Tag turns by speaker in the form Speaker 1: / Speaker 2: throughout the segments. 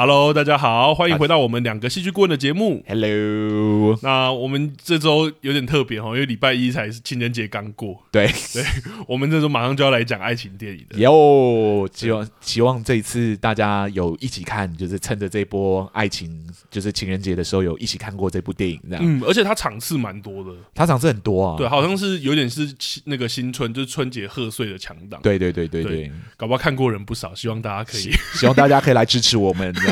Speaker 1: Hello，大家好，欢迎回到我们两个戏剧顾问的节目。
Speaker 2: Hello，
Speaker 1: 那我们这周有点特别哦，因为礼拜一才是情人节刚过，
Speaker 2: 对，
Speaker 1: 我们这周马上就要来讲爱情电影的。
Speaker 2: 有希望希望这一次大家有一起看，就是趁着这波爱情，就是情人节的时候有一起看过这部电影，这样。
Speaker 1: 嗯，而且它场次蛮多的，
Speaker 2: 它场次很多啊，
Speaker 1: 对，好像是有点是新那个新春，就是春节贺岁的强档，
Speaker 2: 对对对对
Speaker 1: 对
Speaker 2: 对，
Speaker 1: 搞不好看过人不少，希望大家可以
Speaker 2: 希望大家可以来支持我们，这样。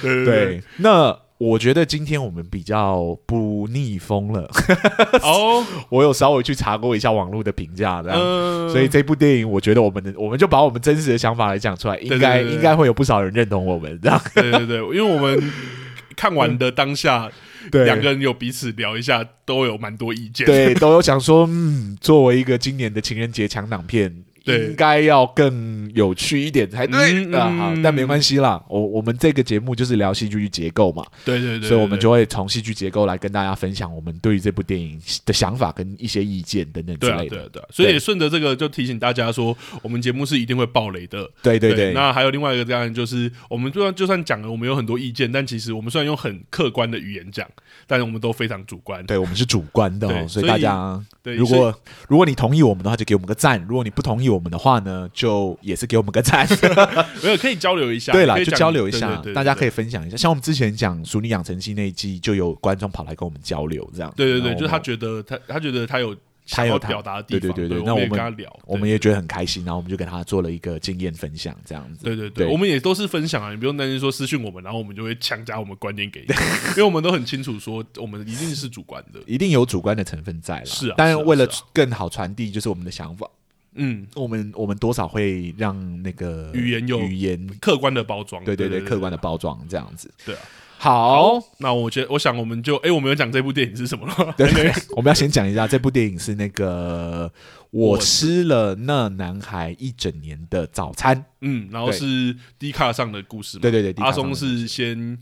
Speaker 1: 对
Speaker 2: 对，那我觉得今天我们比较不逆风了，
Speaker 1: 对 哦，
Speaker 2: 我有稍微去查过一下网络的评价，这样。
Speaker 1: 嗯，
Speaker 2: 啊所以这部电影，我觉得我们的我们就把我们真实的想法来讲出来，应该
Speaker 1: 对对对
Speaker 2: 应该会有不少人认同我们，这样。
Speaker 1: 对对对，因为我们看完的当下，
Speaker 2: 对，
Speaker 1: 两个人有彼此聊一下，都有蛮多意见，
Speaker 2: 对，都有想说，嗯，作为一个今年的情人节强档片，
Speaker 1: 对
Speaker 2: 应该要更有趣一点才对、
Speaker 1: 嗯
Speaker 2: 啊。
Speaker 1: 嗯
Speaker 2: 好，但没关系啦，我我们这个节目就是聊戏剧结构嘛，
Speaker 1: 对对对对，
Speaker 2: 所以我们
Speaker 1: 对
Speaker 2: 就会从戏剧结构来跟大家分享我们对于这部电影的想法跟一些意见等等之
Speaker 1: 对啊
Speaker 2: 类
Speaker 1: 对
Speaker 2: 的。
Speaker 1: 啊对啊，所以也顺着这个就提醒大家说，我们节目是一定会爆雷的，
Speaker 2: 对对对
Speaker 1: 啊那还有另外一个当然就是，我们就算就算讲了，我们有很多意见，但其实我们虽然用很客观的语言讲，但是我们都非常主观。
Speaker 2: 对我们是主观的、哦，
Speaker 1: 对所
Speaker 2: 所以
Speaker 1: 以
Speaker 2: 大家
Speaker 1: 对，
Speaker 2: 如
Speaker 1: 所以
Speaker 2: 果如果你同意我们的话，就给我们个赞；如果你不同意我们的话呢，就也是给我们个 赞。
Speaker 1: 没有可以交流一下，
Speaker 2: 对啦，
Speaker 1: 可以
Speaker 2: 就
Speaker 1: 讲
Speaker 2: 交流一下，
Speaker 1: 对对对
Speaker 2: 大家可
Speaker 1: 以。
Speaker 2: 以分享一下。像我们之前讲《熟女养成记》那一季，就有观众跑来跟我们交流，这样。
Speaker 1: 对对对，
Speaker 2: 然后
Speaker 1: 就是他觉得他他觉得他有
Speaker 2: 他
Speaker 1: 想
Speaker 2: 有
Speaker 1: 要
Speaker 2: 他
Speaker 1: 表达的地
Speaker 2: 对
Speaker 1: 方，
Speaker 2: 对对对
Speaker 1: 对，
Speaker 2: 那
Speaker 1: 们也
Speaker 2: 我
Speaker 1: 跟
Speaker 2: 们
Speaker 1: 他聊，
Speaker 2: 我们也觉得很开心，然后我们就跟他做了一个经验分享，这样子。
Speaker 1: 对对对，
Speaker 2: 对
Speaker 1: 我们也都是分享啊，你不用担心说私讯我们，然后我们就会强加我们观点给你， 因为我们都很清楚说我们一定是主观的，
Speaker 2: 一定有主观的成分在了，
Speaker 1: 是啊
Speaker 2: 当
Speaker 1: 是
Speaker 2: 然，
Speaker 1: 啊
Speaker 2: 为了
Speaker 1: 是
Speaker 2: 更好传递，就是我们的想法，
Speaker 1: 嗯，
Speaker 2: 我们我们多少会让那个
Speaker 1: 语言有
Speaker 2: 语言，
Speaker 1: 客观的包装，
Speaker 2: 对对
Speaker 1: 对
Speaker 2: 对，客观的，包装这样子。
Speaker 1: 对啊。
Speaker 2: 好，
Speaker 1: 那我觉得我想我们就哎，我们有讲这部电影是什么了吗？
Speaker 2: 对对， 我们要先讲一下这部电影是那个我吃了那男孩一整年的早餐。
Speaker 1: 嗯，然后
Speaker 2: 对
Speaker 1: 是 D 卡上的故事嘛，
Speaker 2: 对对对，迪卡
Speaker 1: 阿
Speaker 2: 上
Speaker 1: 松
Speaker 2: 的哦
Speaker 1: 是先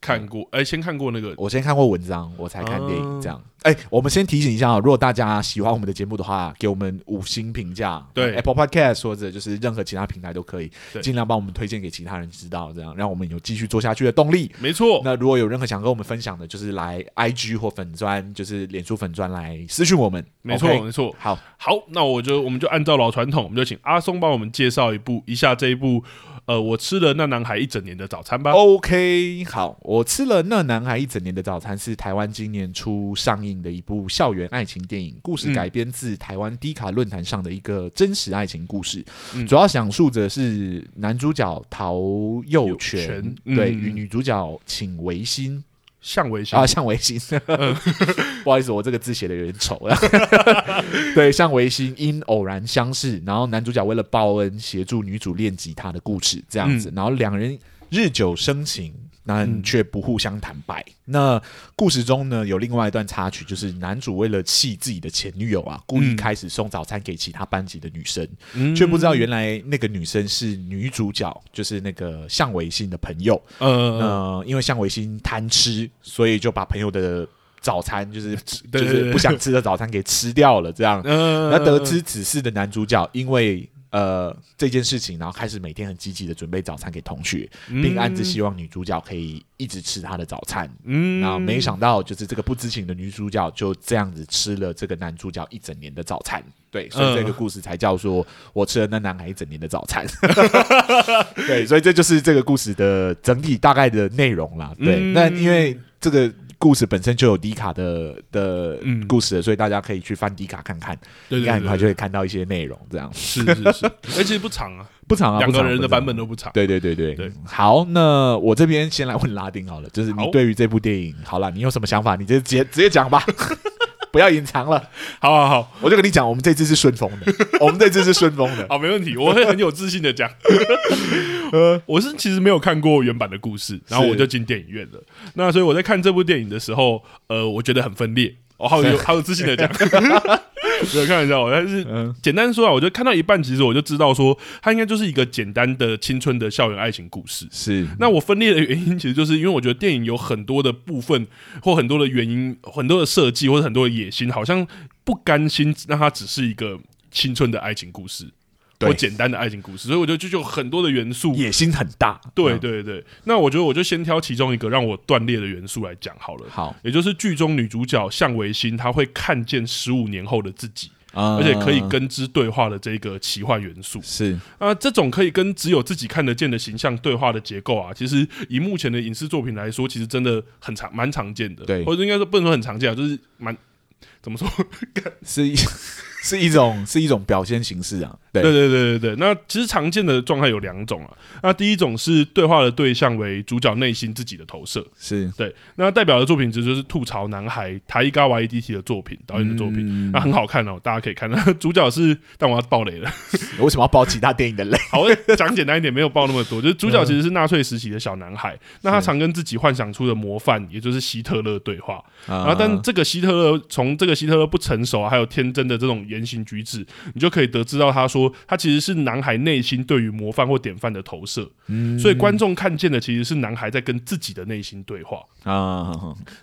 Speaker 1: 看过，哎、先看过那个，
Speaker 2: 我先看过文章，我才看电影
Speaker 1: 哦
Speaker 2: 这样。哎、我们先提醒一下、哦，如果大家喜欢我们的节目的话，给我们五星评价，
Speaker 1: 对
Speaker 2: ，Apple Podcast 或者就是任何其他平台都可以，
Speaker 1: 对
Speaker 2: 尽量帮我们推荐给其他人知道，这样让我们有继续做下去的动力。
Speaker 1: 没错，
Speaker 2: 那如果有任何想跟我们分享的，就是来 IG 或粉砖，就是脸书粉砖来私讯我们。
Speaker 1: 没错
Speaker 2: OK？
Speaker 1: 没错。
Speaker 2: 好，
Speaker 1: 好，那我就我们就按照老传统，我们就请阿松帮我们介绍一部一下这一部，呃，我吃了那男孩一整年的早餐吧。
Speaker 2: 哦 OK，好，我吃了那男孩一整年的早餐是台湾今年初上映的一部校园爱情电影，故事
Speaker 1: 嗯
Speaker 2: 改编自台湾低卡论坛上的一个真实爱情故事，
Speaker 1: 嗯
Speaker 2: 主要讲述着是男主角陶佑
Speaker 1: 佑
Speaker 2: 全
Speaker 1: 全嗯
Speaker 2: 对
Speaker 1: 嗯
Speaker 2: 与女主角请维新
Speaker 1: 向维新
Speaker 2: 啊，向维新， 不好意思，我这个字写的有点丑 啊。对，向维新因偶然相识，然后男主角为了报恩协助女主练吉他的故事，这样子，然后两人日久生情。但
Speaker 1: 嗯
Speaker 2: 却不互相坦白。那故事中呢，有另外一段插曲，就是男主为了气自己的前女友啊，故意
Speaker 1: 嗯
Speaker 2: 开始送早餐给其他班级的女生，
Speaker 1: 嗯
Speaker 2: 却不知道原来那个女生是女主角，就是那个向维新的朋友。
Speaker 1: 呃，
Speaker 2: 呃，因为向维新贪吃，所以就把朋友的早餐就是
Speaker 1: 对对
Speaker 2: 就是
Speaker 1: 对
Speaker 2: 不想吃的早餐给吃掉了。这样，
Speaker 1: 呃
Speaker 2: 嗯那得知此事的男主角因为呃这件事情，然后开始每天很积极的准备早餐给同学，并暗自希望女主角可以一直吃她的早餐。
Speaker 1: 嗯
Speaker 2: 那没想到，就是这个不知情的女主角就这样子吃了这个男主角一整年的早餐。对，所以这
Speaker 1: 嗯
Speaker 2: 个故事才叫说我吃了那男孩一整年的早餐。 对，所以这就是这个故事的整体大概的内容啦。对，
Speaker 1: 嗯
Speaker 2: 那因为这个故事本身就有迪卡的的
Speaker 1: 嗯
Speaker 2: 故事了，所以大家可以去翻迪卡看看，
Speaker 1: 对
Speaker 2: 应该
Speaker 1: 对
Speaker 2: 很快
Speaker 1: 对
Speaker 2: 就
Speaker 1: 对，
Speaker 2: 会看到一些内容。这样
Speaker 1: 是是 是，而且不长啊，
Speaker 2: 不长啊，
Speaker 1: 两
Speaker 2: 不
Speaker 1: 个
Speaker 2: 长
Speaker 1: 人的
Speaker 2: 不长
Speaker 1: 版本都不长。
Speaker 2: 对对对对
Speaker 1: 对
Speaker 2: 好，那我这边先来问拉丁好了，就是你
Speaker 1: 好
Speaker 2: 对于这部电影，好了，你有什么想法？你就直接直接讲吧， 不要隐藏了。
Speaker 1: 好好好，
Speaker 2: 我就跟你讲，我们这次是顺风 的，我们这次是顺风的。
Speaker 1: 好，没问题，我会很有自信的讲。呃，我是其实没有看过原版的故事，然后我就进电影院了。那所以我在看这部电影的时候，呃，我觉得很分裂。我好有好有自信的讲，没有开玩笑，但是
Speaker 2: 嗯
Speaker 1: 简单说啊，我就看到一半，其实我就知道说，它应该就是一个简单的青春的校园爱情故事。
Speaker 2: 是
Speaker 1: 那我分裂的原因，其实就是因为我觉得电影有很多的部分，或很多的原因，很多的设计，或者很多的野心，好像不甘心让它只是一个青春的爱情故事，
Speaker 2: 对
Speaker 1: 或简单的爱情故事，所以我觉得就就有很多的元素。
Speaker 2: 野心很大，
Speaker 1: 对
Speaker 2: 嗯
Speaker 1: 对对，那我觉得我就先挑其中一个让我断裂的元素来讲好了，
Speaker 2: 好，
Speaker 1: 也就是剧中女主角向维新，她会看见十五年后的自己，
Speaker 2: 而
Speaker 1: 而且可以跟之对话的这个奇幻元素。
Speaker 2: 呃是
Speaker 1: 啊，这种可以跟只有自己看得见的形象对话的结构啊，其实以目前的影视作品来说，其实真的很常蛮常见的，
Speaker 2: 对
Speaker 1: 或者应该说不能说很常见啊，就是蛮怎么说？
Speaker 2: 是一 是一种是一种表现形式啊，对
Speaker 1: 对对对对对。那其实常见的状态有两种啊，那第一种是对话的对象为主角内心自己的投射，
Speaker 2: 是
Speaker 1: 对，那代表的作品其实就是吐槽男孩塔伊嘎瓦伊迪 E 提的作品，导演的作品。
Speaker 2: 品
Speaker 1: 那、很好看哦，大家可以看。那主角是，但我要爆雷了。
Speaker 2: 为什么要爆其他电影的雷？
Speaker 1: 好，我讲简单一点，没有爆那么多。就是主角其实是纳粹时期的小男孩，那他常跟自己幻想出的模范，也就是希特勒对话。然
Speaker 2: 然
Speaker 1: 后，啊但这个希特勒从这个希特勒不成熟、啊，还有天真的这种言行举止，你就可以得知到他说，他其实是男孩内心对于模范或典范的投射。所以观众看见的其实是男孩在跟自己的内心对话。
Speaker 2: 啊，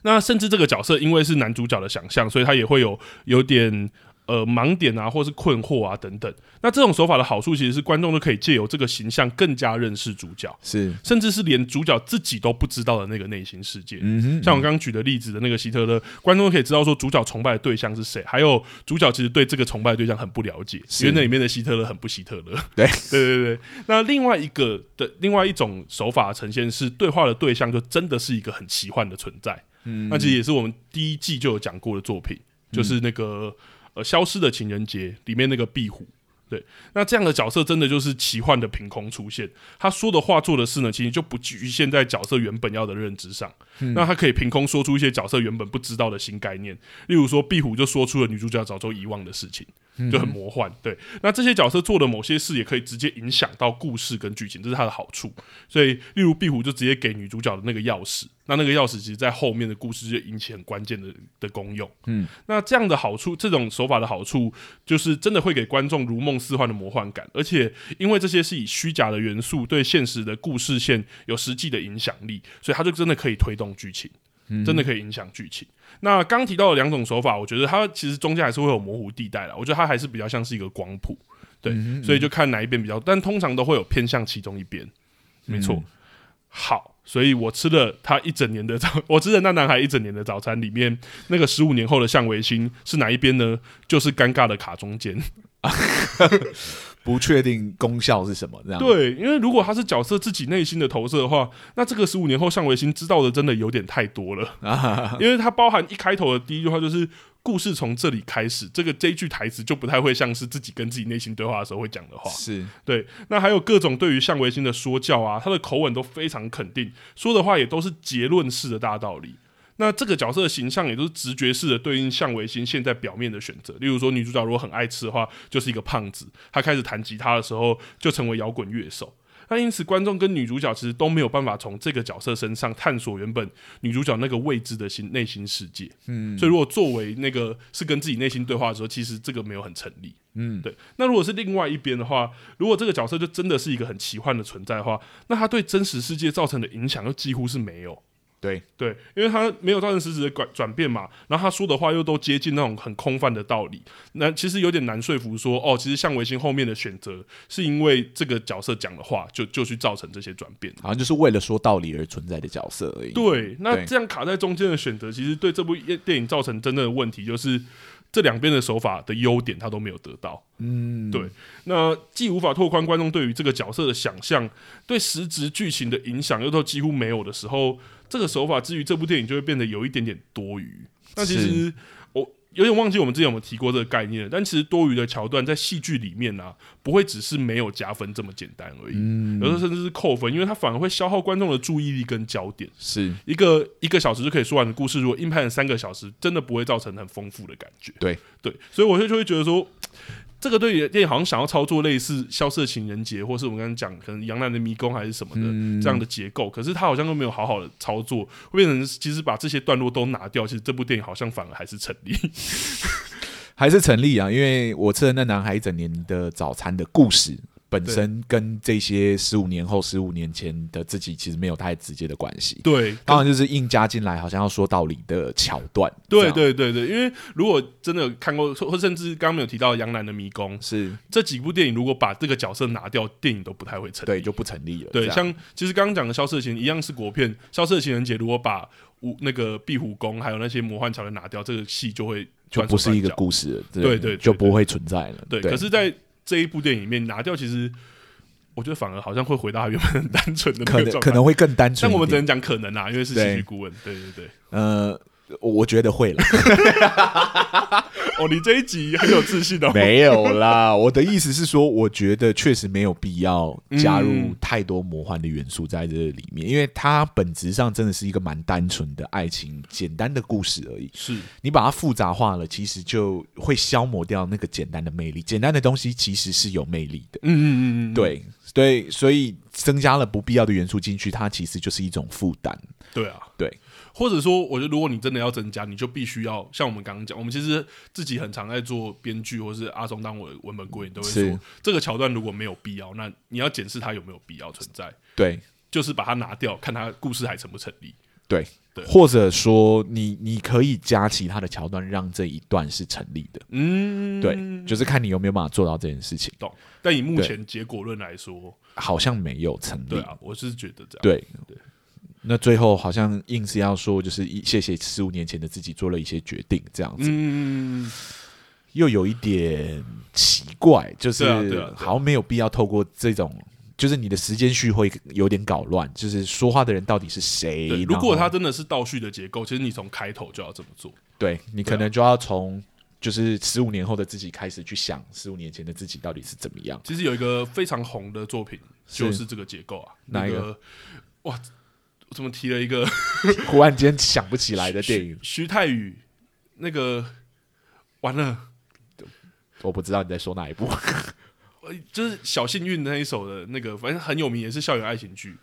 Speaker 1: 那甚至这个角色因为是男主角的想象，所以他也会有有点呃盲点啊，或是困惑啊等等。那这种手法的好处其实是观众都可以借由这个形象更加认识主角，
Speaker 2: 是
Speaker 1: 甚至是连主角自己都不知道的那个内心世界。
Speaker 2: 嗯哼，
Speaker 1: 像我刚刚举的例子的那个希特勒，观众可以知道说主角崇拜的对象是谁，还有主角其实对这个崇拜的对象很不了解，
Speaker 2: 是
Speaker 1: 因为那里面的希特勒很不希特勒。
Speaker 2: 对
Speaker 1: 对对对。那另外一个的另外一种手法呈现是对话的对象就真的是一个很奇幻的存在，嗯，那其实也是我们第一季就有讲过的作品，
Speaker 2: 嗯
Speaker 1: 就是那个、呃《消失的情人节》里面那个壁虎。对，那这样的角色真的就是奇幻的凭空出现。他说的话、做的事呢，其实就不局限在角色原本要的认知上。那他可以凭空说出一些角色原本不知道的新概念，例如说壁虎就说出了女主角早就遗忘的事情，就很魔幻。对，那这些角色做的某些事也可以直接影响到故事跟剧情，这是它的好处。所以，例如壁虎就直接给女主角的那个钥匙，那那个钥匙其实在后面的故事就引起很关键的的功用。
Speaker 2: 嗯，
Speaker 1: 那这样的好处，这种手法的好处就是真的会给观众如梦似幻的魔幻感，而且因为这些是以虚假的元素对现实的故事线有实际的影响力，所以它就真的可以推动剧情，真的可以影响剧情。那刚提到的两种手法，我觉得它其实中间还是会有模糊地带啦。我觉得它还是比较像是一个光谱，对，所以就看哪一边比较，但通常都会有偏向其中一边，没错。好，所以我吃了他一整年的早，我吃了那男孩一整年的早餐里面，那个十五年后的向维新是哪一边呢？就是尴尬的卡中间。
Speaker 2: 不确定功效是什么这样。
Speaker 1: 对，因为如果他是角色自己内心的投射的话，那这个十五年后向维新知道的真的有点太多了，因为它包含一开头的第一句话就是。故事从这里开始，这个这一句台词就不太会像是自己跟自己内心对话的时候会讲的话。
Speaker 2: 是
Speaker 1: 对，那还有各种对于向维新的说教啊，他的口吻都非常肯定，说的话也都是结论式的大道理。那这个角色的形象也都是直觉式的对应向维新现在表面的选择，例如说女主角如果很爱吃的话，就是一个胖子，她开始弹吉他的时候就成为摇滚乐手。那因此，观众跟女主角其实都没有办法从这个角色身上探索原本女主角那个未知的心内心世界。嗯，所以如果作为那个是跟自己内心对话的时候，其实这个没有很成立。嗯，对。那如果是另外一边的话，如果这个角色就真的是一个很奇幻的存在的话，那他对真实世界造成的影响又几乎是没有。
Speaker 2: 对
Speaker 1: 对，因为他没有造成实质的转转变嘛，然后他说的话又都接近那种很空泛的道理，那其实有点难说服说哦，其实向维新后面的选择是因为这个角色讲的话就就去造成这些转变。
Speaker 2: 好像就是为了说道理而存在的角色而已。嗯
Speaker 1: 对，那
Speaker 2: 对
Speaker 1: 这样卡在中间的选择，其实对这部电影造成真正的问题，就是这两边的手法的优点，他都没有得到。嗯，对。那既无法拓宽观众对于这个角色的想象，对实质剧情的影响又都几乎没有的时候，这个手法至于这部电影就会变得有一点点多余。那其实我有点忘记我们之前有没有提过这个概念了，但其实多余的桥段在戏剧里面啊，不会只是没有加分这么简单而已，
Speaker 2: 嗯
Speaker 1: 有时候甚至是扣分，因为它反而会消耗观众的注意力跟焦点。
Speaker 2: 是，
Speaker 1: 一个一个小时就可以说完的故事，如果硬拍成三个小时，真的不会造成很丰富的感觉。
Speaker 2: 对
Speaker 1: 对，所以我就就会觉得说，这个对于电影好像想要操作类似《消失的情人节》，或是我们刚刚讲可能《杨澜的迷宫》还是什么的、
Speaker 2: 嗯
Speaker 1: 这样的结构，可是它好像都没有好好的操作，会变成其实把这些段落都拿掉，其实这部电影好像反而还是成立。
Speaker 2: 还是成立啊，因为我吃了那男孩一整年的早餐的故事本身跟这些十五年后、十五年前的自己其实没有太直接的关 系。
Speaker 1: 对，
Speaker 2: 当然就是硬加进来，好像要说道理的桥段。这
Speaker 1: 对
Speaker 2: 样，
Speaker 1: 对对对，因为如果真的有看过，或或甚至刚刚没有提到《杨澜的迷宫》
Speaker 2: 是
Speaker 1: 这几部电影，如果把这个角色拿掉，电影都不太会成。
Speaker 2: 对就不成立了。这
Speaker 1: 对，
Speaker 2: 样
Speaker 1: 像其实刚刚讲的《消失的情人》一样是国片，《消失的情人节》如果把五那个壁虎宫还有那些魔幻桥的拿掉，这个戏就会
Speaker 2: 就不是一
Speaker 1: 专
Speaker 2: 个
Speaker 1: 属
Speaker 2: 故事了，这
Speaker 1: 对对对
Speaker 2: 就不会存在了。
Speaker 1: 绊脚对，可是，在这一部电影里面拿掉，其实我觉得反而好像会回到它原本很单纯的
Speaker 2: 可
Speaker 1: 那个
Speaker 2: 能
Speaker 1: 状
Speaker 2: 可
Speaker 1: 态。
Speaker 2: 能会更单纯
Speaker 1: 但
Speaker 2: 一点。
Speaker 1: 我们只能讲可能啊啦，因为是戏
Speaker 2: 对
Speaker 1: 剧顾问。对对对，
Speaker 2: 呃，我我觉得会了，
Speaker 1: 哦，你这一集很有自信哦。
Speaker 2: 没有啦。我的意思是说，我觉得确实没有必要加
Speaker 1: 嗯
Speaker 2: 入太多魔幻的元素在这里面，因为它本质上真的是一个蛮单纯的爱情、简单的故事而已。
Speaker 1: 是，
Speaker 2: 你把它复杂化了，其实就会消磨掉那个简单的魅力。简单的东西其实是有魅力的。
Speaker 1: 嗯嗯嗯嗯，
Speaker 2: 对对，所以增加了不必要的元素进去，它其实就是一种负担。
Speaker 1: 对啊，
Speaker 2: 对，
Speaker 1: 或者说，我觉得如果你真的要增加，你就必须要像我们刚刚讲，我们其实自己很常在做编剧，或是阿松当我的文本顾问，你都会
Speaker 2: 是
Speaker 1: 说，这个桥段如果没有必要，那你要检视它有没有必要存在，
Speaker 2: 对，
Speaker 1: 就是把它拿掉，看它故事还成不成立。
Speaker 2: 对，
Speaker 1: 对
Speaker 2: 或者说你你可以加其他的桥段，让这一段是成立的。
Speaker 1: 嗯，
Speaker 2: 对，就是看你有没有办法做到这件事情，
Speaker 1: 懂。但以目前结果论来说，
Speaker 2: 好像没有成立。
Speaker 1: 对啊，我是觉得这样。
Speaker 2: 嗯对那最后好像硬是要说，就是一谢谢十五年前的自己做了一些决定，这样子、
Speaker 1: 嗯，
Speaker 2: 又有一点奇怪，就是、
Speaker 1: 对啊对啊对啊
Speaker 2: 好像没有必要透过这种。就是你的时间序会有点搞乱，就是说话的人到底是谁？
Speaker 1: 对。
Speaker 2: 然
Speaker 1: 如果
Speaker 2: 后
Speaker 1: 它真的是倒叙的结构，其实你从开头就要这么做。
Speaker 2: 对你可
Speaker 1: 啊
Speaker 2: 能就要从就是十五年后的自己开始去想，十五年前的自己到底是怎么样。
Speaker 1: 其实有一个非常红的作品，
Speaker 2: 是
Speaker 1: 就是这个结构啊。
Speaker 2: 哪一
Speaker 1: 那
Speaker 2: 个
Speaker 1: 个？哇，我怎么提了一个，
Speaker 2: 忽然间想不起来的电影
Speaker 1: 徐泰宇？那个完了，
Speaker 2: 我不知道你在说哪一部。
Speaker 1: 呃就是小幸运那一首的那个，反正很有名，也是校园爱情剧。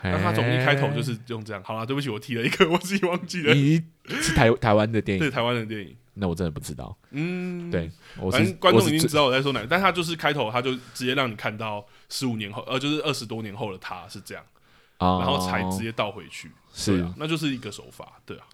Speaker 2: 哎
Speaker 1: 那他从一开头就是用这样。好啦，对不起，我提了一个，我自己忘记 了。
Speaker 2: 咦，是台台湾的电
Speaker 1: 对
Speaker 2: 影，
Speaker 1: 台湾的电影，
Speaker 2: 那我真的不知道。
Speaker 1: 嗯，
Speaker 2: 对，我
Speaker 1: 反
Speaker 2: 是
Speaker 1: 正观众
Speaker 2: 我是
Speaker 1: 已经
Speaker 2: 最
Speaker 1: 知道我在说哪个，但他就是开头，他就直接让你看到十五年后，呃，就是二十多年后的他是这样，
Speaker 2: 啊，
Speaker 1: 然后才直接倒回去，
Speaker 2: 是
Speaker 1: 对啊那就是一个手法，对啊，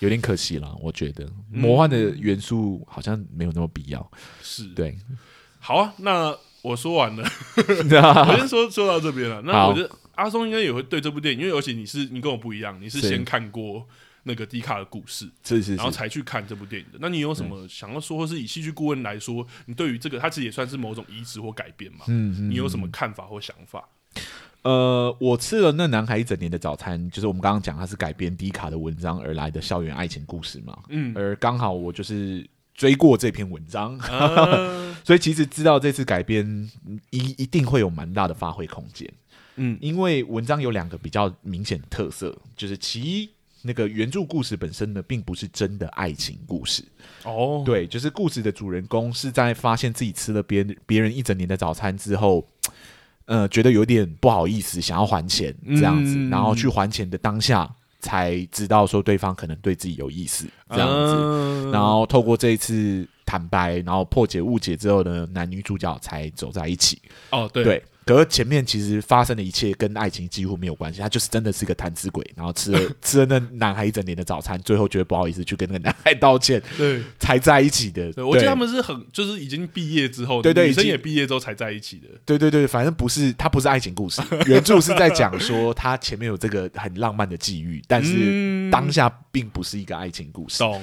Speaker 2: 有点可惜了。我觉得
Speaker 1: 嗯
Speaker 2: 魔幻的元素好像没有那么必要。
Speaker 1: 是，
Speaker 2: 对，
Speaker 1: 好啊，那我说完了，我先说说到这边了。那
Speaker 2: 啊好
Speaker 1: 我觉得阿松应该也会对这部电影，因为尤其你是你跟我不一样，你是
Speaker 2: 是
Speaker 1: 先看过那个迪卡的故事，
Speaker 2: 是是嗯
Speaker 1: 然后
Speaker 2: 是，
Speaker 1: 才去看这部电影的。那你有什么想要说，或是以戏剧顾问来说，你对于这个，它其实也算是某种移植或改变嘛？
Speaker 2: 嗯
Speaker 1: 你
Speaker 2: 嗯。
Speaker 1: 有什么看法或想法？
Speaker 2: 呃，我吃了那男孩一整年的早餐，就是我们刚刚讲，它是改编迪卡的文章而来的校园爱情故事嘛。
Speaker 1: 嗯，
Speaker 2: 而刚好我就是追过这篇文章，
Speaker 1: 啊
Speaker 2: 所以其实知道这次改编嗯一一定会有蛮大的发挥空间，
Speaker 1: 嗯，
Speaker 2: 因为文章有两个比较明显的特色，就是其一，那个原著故事本身呢，并不是真的爱情故事，
Speaker 1: 哦，
Speaker 2: 对，就是故事的主人公是在发现自己吃了别人别人一整年的早餐之后。呃，觉得有点不好意思，想要还钱这样子，
Speaker 1: 嗯
Speaker 2: 然后去还钱的当下才知道说对方可能对自己有意思，
Speaker 1: 啊
Speaker 2: 这样子。
Speaker 1: 子
Speaker 2: 然后透过这一次坦白，然后破解误解之后呢，男女主角才走在一起。
Speaker 1: 哦，对
Speaker 2: 对，可是前面其实发生的一切跟爱情几乎没有关系，他就是真的是个贪吃鬼，然后吃了 吃了那男孩一整年的早餐，最后觉得不好意思去跟那个男孩道歉，
Speaker 1: 对
Speaker 2: 才在一起的。
Speaker 1: 对，我记得
Speaker 2: 对
Speaker 1: 他们是很就是已经毕业之后，
Speaker 2: 对对
Speaker 1: 女生
Speaker 2: 已经
Speaker 1: 也毕业之后才在一起的。
Speaker 2: 对对对，反正不是，它不是爱情故事，原著是在讲说他前面有这个很浪漫的际 遇，但是
Speaker 1: 嗯
Speaker 2: 当下并不是一个爱情故事。
Speaker 1: 懂，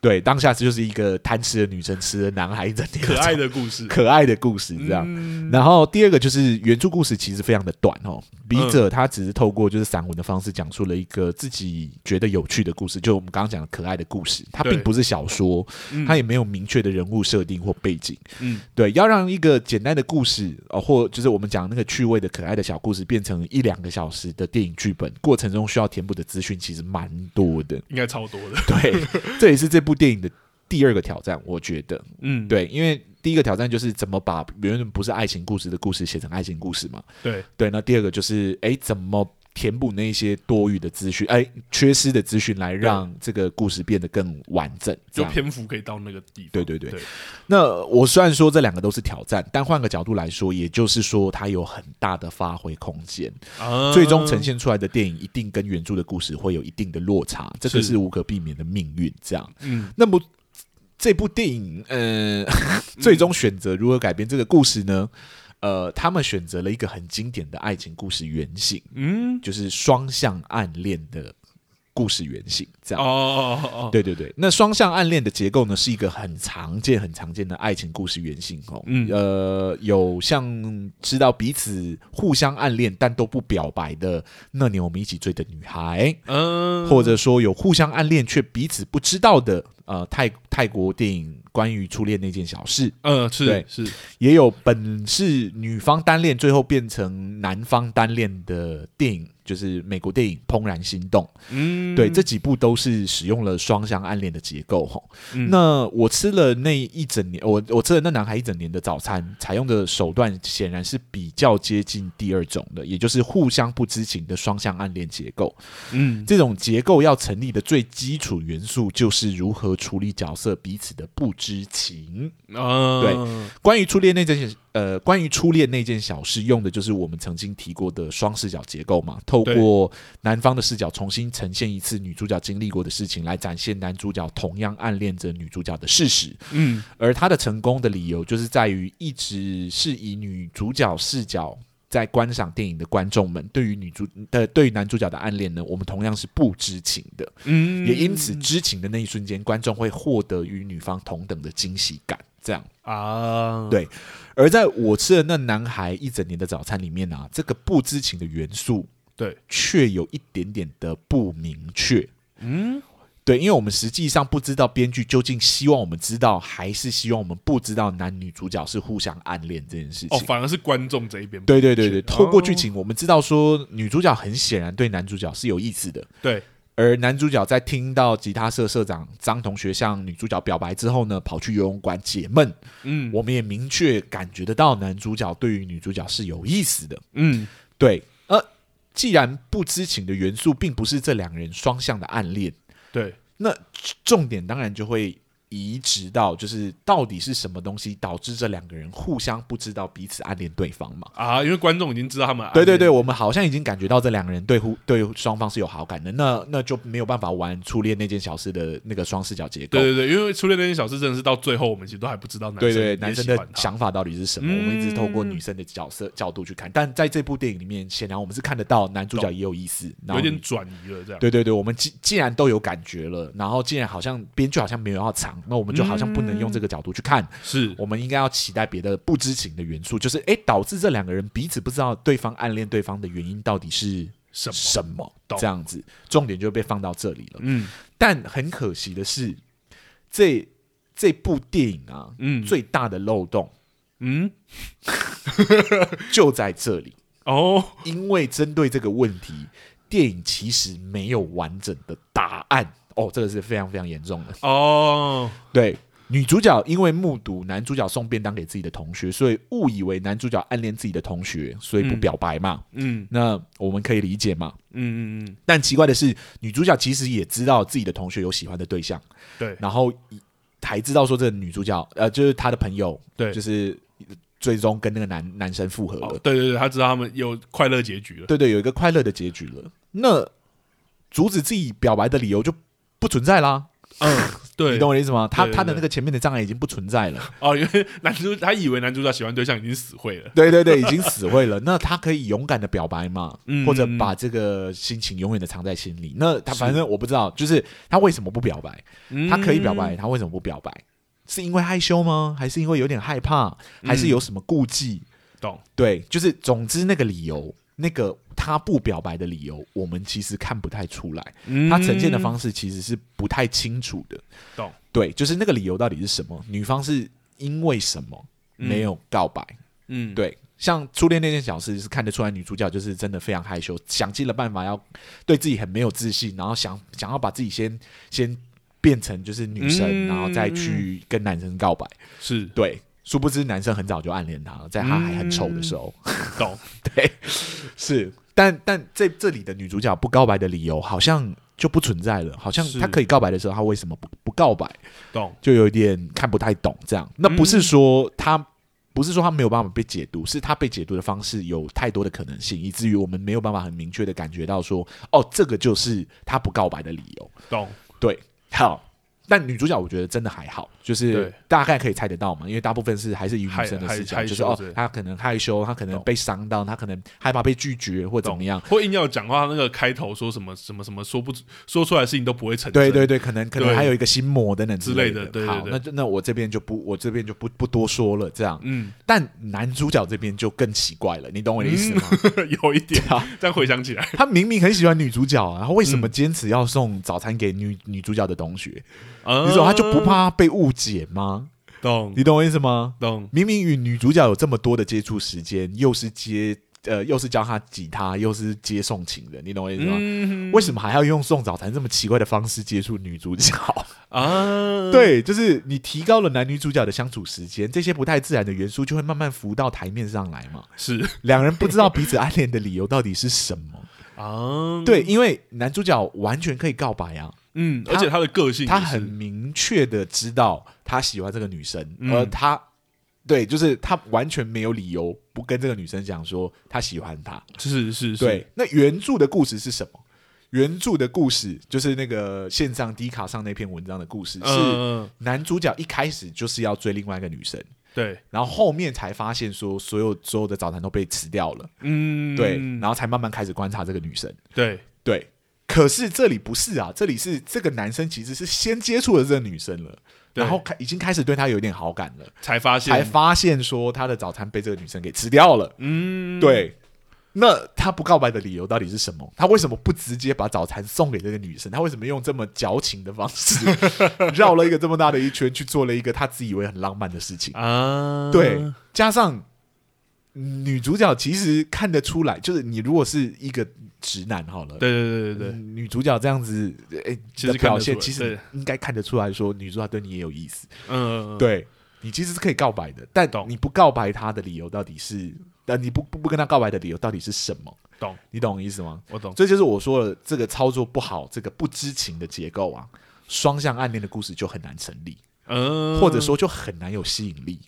Speaker 2: 对，当下就是一个贪吃的女生吃了男孩一整年的
Speaker 1: 可
Speaker 2: 早
Speaker 1: 爱的嗯故事，
Speaker 2: 可爱的故事这样。然后第二个就是原著故事其实非常的短哦，笔者他只是透过就是散文的方式讲述了一个自己觉得有趣的故事，就我们刚刚讲的可爱的故事，它
Speaker 1: 对
Speaker 2: 并不是小说，它也没有明确的人物设定或背景。
Speaker 1: 嗯，
Speaker 2: 对，要让一个简单的故事哦，或就是我们讲那个趣味的可爱的小故事，变成一两个小时的电影剧本，过程中需要填补的资讯其实蛮多的。
Speaker 1: 应该超多的。
Speaker 2: 对，这也是这部电影的第二个挑战，我觉得。
Speaker 1: 嗯，
Speaker 2: 对，因为第一个挑战就是怎么把原本不是爱情故事的故事写成爱情故事嘛。
Speaker 1: 对，
Speaker 2: 对，那第二个就是，哎，怎么填补那些多余的资讯，哎，缺失的资讯来让这个故事变得更完整。
Speaker 1: 就
Speaker 2: 这样
Speaker 1: 篇幅可以到那个地方。
Speaker 2: 对对对
Speaker 1: 对
Speaker 2: 那我虽然说这两个都是挑战，但换个角度来说，也就是说它有很大的发挥空间。
Speaker 1: 啊
Speaker 2: 最终呈现出来的电影一定跟原著的故事会有一定的落差，这个
Speaker 1: 是
Speaker 2: 是无可避免的命运。这样，
Speaker 1: 嗯，
Speaker 2: 那么这部电影，呃，最终选择如何改编这个故事呢？呃，他们选择了一个很经典的爱情故事原型，
Speaker 1: 嗯，
Speaker 2: 就是双向暗恋的故事原型，这
Speaker 1: 哦
Speaker 2: 样。
Speaker 1: 哦哦哦，，
Speaker 2: 对对对，那双向暗恋的结构呢，是一个很常见、很常见的爱情故事原型哦。
Speaker 1: 嗯
Speaker 2: 呃，有像知道彼此互相暗恋但都不表白的那年我们一起追的女孩，
Speaker 1: 嗯，
Speaker 2: 或者说有互相暗恋却彼此不知道的呃泰泰国电影关于初恋那件小事，
Speaker 1: 嗯是
Speaker 2: 对
Speaker 1: 是，
Speaker 2: 也有本是女方单恋最后变成男方单恋的电影，就是美国电影《怦然心动》。
Speaker 1: 嗯，
Speaker 2: 对，这几部都是使用了双向暗恋的结构吼。
Speaker 1: 嗯
Speaker 2: 那我吃了那一整年，我我吃了那男孩一整年的早餐，采用的手段显然是比较接近第二种的，也就是互相不知情的双向暗恋结构。
Speaker 1: 嗯
Speaker 2: 这种结构要成立的最基础元素就是如何处理角色彼此的不知情。
Speaker 1: 啊，
Speaker 2: 对关于初恋那件呃，关于初恋那件小事，用的就是我们曾经提过的双视角结构嘛，透过男方的视角重新呈现一次女主角经历过的事情，来展现男主角同样暗恋着女主角的事实。
Speaker 1: 嗯
Speaker 2: 而他的成功的理由，就是在于一直是以女主角视角。在观赏电影的观众们，对于女主的对于男主角的暗恋呢，我们同样是不知情的，
Speaker 1: 嗯，
Speaker 2: 也因此知情的那一瞬间，观众会获得与女方同等的惊喜感。这样，
Speaker 1: 啊，
Speaker 2: 对而在我吃了那男孩一整年的早餐里面啊，这个不知情的元素
Speaker 1: 对，
Speaker 2: 却有一点点的不明确。
Speaker 1: 嗯
Speaker 2: 对，因为我们实际上不知道编剧究竟希望我们知道，还是希望我们不知道男女主角是互相暗恋这件事情。
Speaker 1: 哦，反而是观众这一边，
Speaker 2: 对对对对，
Speaker 1: 是
Speaker 2: 透过
Speaker 1: 哦
Speaker 2: 剧情我们知道说，女主角很显然对男主角是有意思的，
Speaker 1: 对，
Speaker 2: 而男主角在听到吉他社社长张同学向女主角表白之后呢，跑去游泳馆解闷。
Speaker 1: 嗯
Speaker 2: 我们也明确感觉得到，男主角对于女主角是有意思的。
Speaker 1: 嗯
Speaker 2: 对，呃，既然不知情的元素并不是这两人双向的暗恋，
Speaker 1: 对，
Speaker 2: 那重点当然就会移植到就是到底是什么东西导致这两个人互相不知道彼此暗恋对方嘛？
Speaker 1: 啊，因为观众已经知道他们，
Speaker 2: 对对对，，我们好像已经感觉到这两个人对互对双方是有好感的，那那就没有办法玩初恋那件小事的那个双视角结构。
Speaker 1: 对对对，因为初恋那件小事真的是到最后，我们其实都还不知道男
Speaker 2: 对
Speaker 1: 生
Speaker 2: 对，
Speaker 1: 也
Speaker 2: 男生
Speaker 1: 喜
Speaker 2: 的
Speaker 1: 欢他
Speaker 2: 想法到底是什么？
Speaker 1: 嗯
Speaker 2: 我们一直透过女生的角色角度去看，但在这部电影里面，显然我们是看得到男主角也有意思，然后
Speaker 1: 有点
Speaker 2: 女
Speaker 1: 转移了这样，
Speaker 2: 对对对，我们既既然都有感觉了，然后既然好像编剧好像没有要藏，那我们就好像不能用这个角度去看，
Speaker 1: 是
Speaker 2: 我们应该要期待别的不知情的元素，就是诶，导致这两个人彼此不知道对方暗恋对方的原因到底是
Speaker 1: 什么
Speaker 2: 什么
Speaker 1: 懂
Speaker 2: 这样子，重点就被放到这里了。
Speaker 1: 嗯
Speaker 2: 但很可惜的是，这这部电影啊，
Speaker 1: 嗯
Speaker 2: 最大的漏洞
Speaker 1: 嗯
Speaker 2: 就在这里，
Speaker 1: 哦
Speaker 2: 因为针对这个问题，电影其实没有完整的答案。哦，这个是非常非常严重的。
Speaker 1: 哦
Speaker 2: 对，女主角因为目睹男主角送便当给自己的同学，所以误以为男主角暗恋自己的同学，所以不表白嘛。
Speaker 1: 嗯
Speaker 2: 那我们可以理解嘛？
Speaker 1: 嗯嗯嗯，
Speaker 2: 但奇怪的是，女主角其实也知道自己的同学有喜欢的对象，
Speaker 1: 对
Speaker 2: 然后还知道说这个女主角，呃，就是她的朋友，
Speaker 1: 对
Speaker 2: 就是最终跟那个男男生复合了
Speaker 1: 哦。对对对，他知道他们有快乐结局了，
Speaker 2: 对对，有一个快乐的结局了。那阻止自己表白的理由就不存在啦，
Speaker 1: 嗯对
Speaker 2: 你，懂我的意思吗？他
Speaker 1: 对对
Speaker 2: 他的
Speaker 1: 对
Speaker 2: 那个前面的障碍已经不存在了。
Speaker 1: 哦，因为 男主他以为男主角喜欢对象已经死会了，
Speaker 2: 对对对，已经死会了。那他可以勇敢的表白嘛，
Speaker 1: 嗯
Speaker 2: 或者把这个心情永远的藏在心里。那他
Speaker 1: 是
Speaker 2: 反正我不知道，就是他为什么不表白？
Speaker 1: 嗯
Speaker 2: 他可以表白，，他为什么不表白？是因为害羞吗？还是因为有点害怕？
Speaker 1: 嗯
Speaker 2: 还是有什么顾忌？
Speaker 1: 懂
Speaker 2: 对，就是总之那个理由，那个他不表白的理由，我们其实看不太出来。
Speaker 1: 嗯
Speaker 2: 他呈现的方式其实是不太清楚的。
Speaker 1: 懂
Speaker 2: 对，就是那个理由到底是什么？女方是因为什么没有告白？
Speaker 1: 嗯对
Speaker 2: 对，像初恋那件小事是看得出来，女主角就是真的非常害羞，想尽了办法要对自己很没有自信，然后想想要把自己先先变成就是女生，
Speaker 1: 嗯
Speaker 2: 然后再去跟男生告白。
Speaker 1: 是
Speaker 2: 对，殊
Speaker 1: 嗯
Speaker 2: 不知男生很早就暗恋她了，在她还很丑的时候。
Speaker 1: 懂
Speaker 2: 对，是。但但这这里的女主角不告白的理由好像就不存在了，好像
Speaker 1: 是
Speaker 2: 她可以告白的时候，她为什么不不告白，
Speaker 1: 懂
Speaker 2: 就有点看不太懂这样。那不是说她、不是说她没有办法被解读，是她被解读的方式有太多的可能性，以至于我们没有办法很明确的感觉到说，哦，这个就是她不告白的理由。
Speaker 1: 懂，
Speaker 2: 对，好。但女主角我觉得真的还好，就是
Speaker 1: 对
Speaker 2: 大概可以猜得到嘛，因为大部分是还是以女生的
Speaker 1: 害
Speaker 2: 视角，
Speaker 1: 害
Speaker 2: 就是
Speaker 1: 害羞
Speaker 2: 哦
Speaker 1: 之类，的
Speaker 2: 她可能害羞，她可能
Speaker 1: 懂
Speaker 2: 被伤到，她可能害怕被拒绝或怎么样，
Speaker 1: 或硬要讲话，那个开头说什么什么什么说不说出来的事情都不会成真，
Speaker 2: 对对对，可能可能
Speaker 1: 对
Speaker 2: 还有一个心魔等等类
Speaker 1: 之类的对对
Speaker 2: 好，
Speaker 1: 对
Speaker 2: 那就那我这边就不，我这边就不不多说了。这样，
Speaker 1: 嗯，
Speaker 2: 但男主角这边就更奇怪了，你懂我的意思吗？
Speaker 1: 有一点
Speaker 2: 好，
Speaker 1: 这样回想起来，
Speaker 2: 他明明很喜欢女主角啊，他为什么坚持要送早餐给女女主角的同学？
Speaker 1: 你
Speaker 2: 你说他就不怕被误解吗？
Speaker 1: 啊懂
Speaker 2: 你懂我意思吗？
Speaker 1: 懂
Speaker 2: 明明与女主角有这么多的接触时间，又是接呃，又是教她吉他，又是接送情人，你懂我意思吗？
Speaker 1: 嗯
Speaker 2: 为什么还要用送早餐这么奇怪的方式接触女主角？
Speaker 1: 啊？
Speaker 2: 对，就是你提高了男女主角的相处时间，这些不太自然的元素就会慢慢浮到台面上来嘛。
Speaker 1: 是
Speaker 2: 两人不知道彼此暗恋的理由到底是什么。
Speaker 1: 啊，
Speaker 2: 对，因为男主角完全可以告白啊，
Speaker 1: 嗯，
Speaker 2: 他
Speaker 1: 而且他的个性也是
Speaker 2: 他很明确的知道他喜欢这个女生，
Speaker 1: 嗯
Speaker 2: 而他对，就是他完全没有理由不跟这个女生讲说他喜欢她。
Speaker 1: 是是是，
Speaker 2: 对，那原著的故事是什么？原著的故事就是那个线上低卡上那篇文章的故事，
Speaker 1: 嗯，
Speaker 2: 是
Speaker 1: 嗯，嗯
Speaker 2: 男主角一开始就是要追另外一个女生，
Speaker 1: 对，
Speaker 2: 然后后面才发现说所有所有的早餐都被吃掉了，
Speaker 1: 嗯，
Speaker 2: 对，然后才慢慢开始观察这个女生，
Speaker 1: 对，
Speaker 2: 对。可是这里不是啊，这里是这个男生其实是先接触了这个女生了，
Speaker 1: 对
Speaker 2: 然后开已经开始对她有点好感了，
Speaker 1: 才发现
Speaker 2: 才发现说她的早餐被这个女生给吃掉了。
Speaker 1: 嗯，
Speaker 2: 对，那他不告白的理由到底是什么？他为什么不直接把早餐送给这个女生？他为什么用这么矫情的 方式绕了一个这么大的一圈去做了一个他自以为很浪漫的事情？
Speaker 1: 啊，
Speaker 2: 对，加上嗯女主角其实看得出来，就是你如果是一个直男好了，
Speaker 1: 对对对对对，
Speaker 2: 嗯女主角这样子，哎、
Speaker 1: 其
Speaker 2: 的
Speaker 1: 实看
Speaker 2: 表
Speaker 1: 得出
Speaker 2: 现
Speaker 1: 来
Speaker 2: 其实
Speaker 1: 对
Speaker 2: 应该看得出来说，女主角对你也有意思，
Speaker 1: 嗯，
Speaker 2: 对你其实是可以告白的，但
Speaker 1: 懂
Speaker 2: 你不告白她的理由到底是，呃，你不不不跟她告白的理由到底是什么？
Speaker 1: 懂，
Speaker 2: 你懂我意思吗？
Speaker 1: 我懂，
Speaker 2: 这就是我说了，这个操作不好，这个不知情的结构啊，双向暗恋的故事就很难成立，
Speaker 1: 嗯，
Speaker 2: 或者说就很难有吸引力。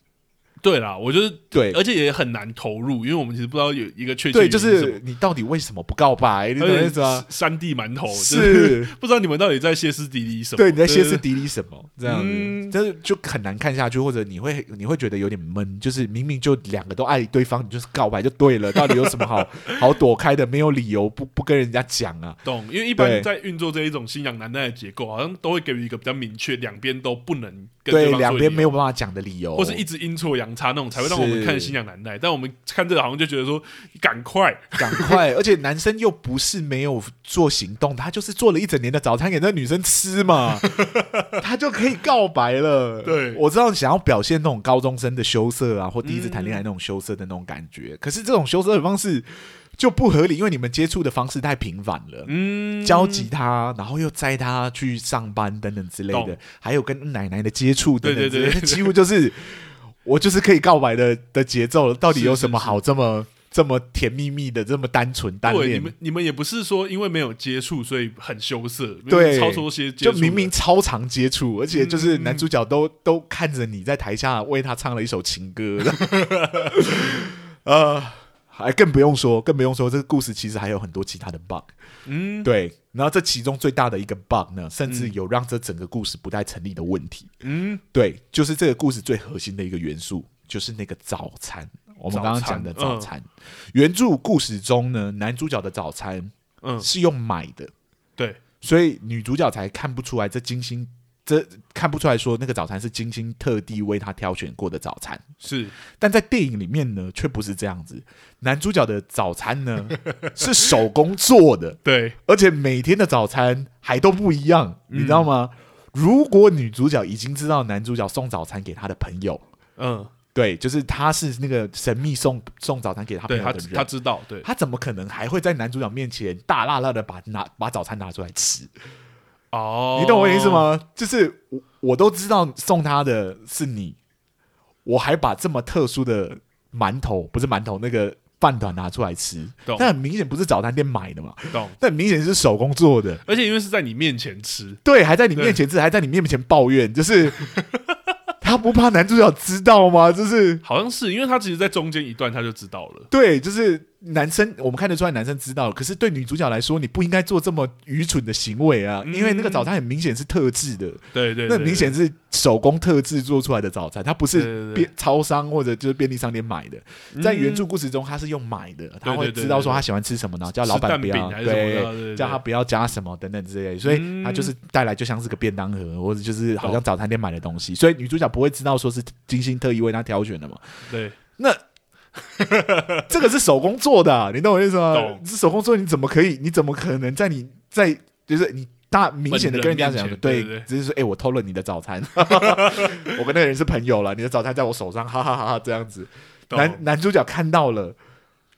Speaker 1: 对啦，我觉得
Speaker 2: 对
Speaker 1: 而且也很难投入，因为我们其实不知道有一个确切
Speaker 2: 对，就
Speaker 1: 原因什么
Speaker 2: 是你到底为什么不告白？你懂我
Speaker 1: 而
Speaker 2: 意
Speaker 1: 且
Speaker 2: 思吗？，
Speaker 1: 山地馒头就是不知道你们到底在歇斯底里什么？
Speaker 2: 对，你在歇斯底里什么这样子，
Speaker 1: 嗯
Speaker 2: 但是就很难看下去，或者你会你会觉得有点闷，就是明明就两个都爱对方，你就是告白就 对了，到底有什么好好躲开的？没有理由不不跟人家讲啊。
Speaker 1: 懂，因为一
Speaker 2: 对
Speaker 1: 般在运作这一种信仰难耐的结构，好像都会给予一个比较明确，两边都不能跟
Speaker 2: 对，
Speaker 1: 方
Speaker 2: 两
Speaker 1: 说
Speaker 2: 边
Speaker 1: 理由
Speaker 2: 没有，办法讲的理由，
Speaker 1: 或是一直阴错阳差那种，才会让我们
Speaker 2: 是
Speaker 1: 看得信仰难耐。但我们看这个好像就觉得说，赶快，
Speaker 2: 赶快，而且男生又不是没有做行动，他就是做了一整年的早餐给那女生吃嘛，他就可以告白了。
Speaker 1: 对
Speaker 2: 我知道想要表现那种高中生的羞涩啊，或第一次谈恋爱那种羞涩的那种感觉，可是这种羞涩的方式就不合理，因为你们接触的方式太频繁了。
Speaker 1: 嗯，
Speaker 2: 教吉他，然后又载他去上班等等之类的
Speaker 1: 懂，
Speaker 2: 还有跟奶奶的接触等等之类
Speaker 1: 对
Speaker 2: 的，
Speaker 1: 对对对
Speaker 2: 几乎就是我就是可以告白的的节奏了。到底有
Speaker 1: 是是
Speaker 2: 什么
Speaker 1: 是哦
Speaker 2: 好这么这么甜蜜蜜的，这么单纯单
Speaker 1: 对，你
Speaker 2: 恋
Speaker 1: 们？你们也不是说因为没有接触所以很羞涩，
Speaker 2: 对
Speaker 1: 超脱些接
Speaker 2: 就
Speaker 1: 触的，嗯
Speaker 2: 明明超常接触，而且就是男主角都、都看着你在台下为他唱了一首 情歌， 呃，还更不用说，更不用说这个故事其实还有很多其他的 bug。
Speaker 1: 嗯
Speaker 2: 对，然后这其中最大的一个 bug 呢，甚至有让这整个故事不太成立的问题。
Speaker 1: 嗯，
Speaker 2: 对，就是这个故事最核心的一个元素，就是那个早餐。我们刚
Speaker 1: 早
Speaker 2: 刚
Speaker 1: 餐
Speaker 2: 讲的早餐，原著故事中呢，男主角的早餐
Speaker 1: 嗯
Speaker 2: 是用买的，
Speaker 1: 对，
Speaker 2: 所以女主角才看不出来这精心。这看不出来说那个早餐是精心特地为他挑选过的早餐，
Speaker 1: 是
Speaker 2: 但在电影里面呢，却不是这样子。男主角的早餐呢是手工做的，
Speaker 1: 对，
Speaker 2: 而且每天的早餐还都不一样，
Speaker 1: 嗯
Speaker 2: 你知道吗？如果女主角已经知道男主角送早餐给她的朋友，
Speaker 1: 嗯，
Speaker 2: 对，就是他是那个神秘送送早餐给他
Speaker 1: 对
Speaker 2: 朋友
Speaker 1: 他
Speaker 2: 的人，
Speaker 1: 他知道，对，
Speaker 2: 他怎么可能还会在男主角面前大辣辣的把拿把早餐拿出来吃？
Speaker 1: 哦，
Speaker 2: 你懂我的意思？吗？就是我我都知道送他的是你，我还把这么特殊的馒头，不是馒头，那个饭团拿出来吃
Speaker 1: 懂，
Speaker 2: 但很明显不是早餐店买的嘛，
Speaker 1: 懂。
Speaker 2: 但很明显是手工做的，
Speaker 1: 而且因为是在你面前吃，
Speaker 2: 对，还在你
Speaker 1: 对
Speaker 2: 面前吃，还在你面前抱怨，就是 他不怕男主角知道吗？就是
Speaker 1: 好像是因为他其实，在中间一段他就知道了，
Speaker 2: 对，就是男生，我们看得出来男生知道，可是对女主角来说，你不应该做这么愚蠢的行为啊，
Speaker 1: 嗯
Speaker 2: 因为那个早餐很明显是特制的，
Speaker 1: 对对对，
Speaker 2: 那很明显是手工特制做出来的早餐，它不
Speaker 1: 对对
Speaker 2: 是
Speaker 1: 对
Speaker 2: 便超商或者就是便利商店买的，
Speaker 1: 对嗯
Speaker 2: 在原著故事中他是用买的，他
Speaker 1: 对
Speaker 2: 会
Speaker 1: 对对
Speaker 2: 知道说
Speaker 1: 对
Speaker 2: 他喜欢吃什么，然后叫
Speaker 1: 吃
Speaker 2: 老板
Speaker 1: 蛋
Speaker 2: 不
Speaker 1: 饼
Speaker 2: 要
Speaker 1: 还是什么
Speaker 2: 对
Speaker 1: 的，对对
Speaker 2: 叫他不要加什么等等之类的，所以
Speaker 1: 嗯
Speaker 2: 他就是带来就像是个便当盒，或者就是好像早餐店买的东西，所以女主角不会知道说是精心特意为他挑选 的嘛。
Speaker 1: 对
Speaker 2: 那这个是手工做的啊、你懂我意思吗
Speaker 1: 懂？
Speaker 2: 是手工做，你怎么可以？你怎么可能在你在就是你大明显的跟人家
Speaker 1: 本人面
Speaker 2: 讲
Speaker 1: 前对
Speaker 2: 对
Speaker 1: 对对，
Speaker 2: 只是说哎、我偷了你的早餐， 我跟那个人是朋友了，你的早餐在我手上，哈哈哈哈，这样子。
Speaker 1: 懂
Speaker 2: 男男主角看到了，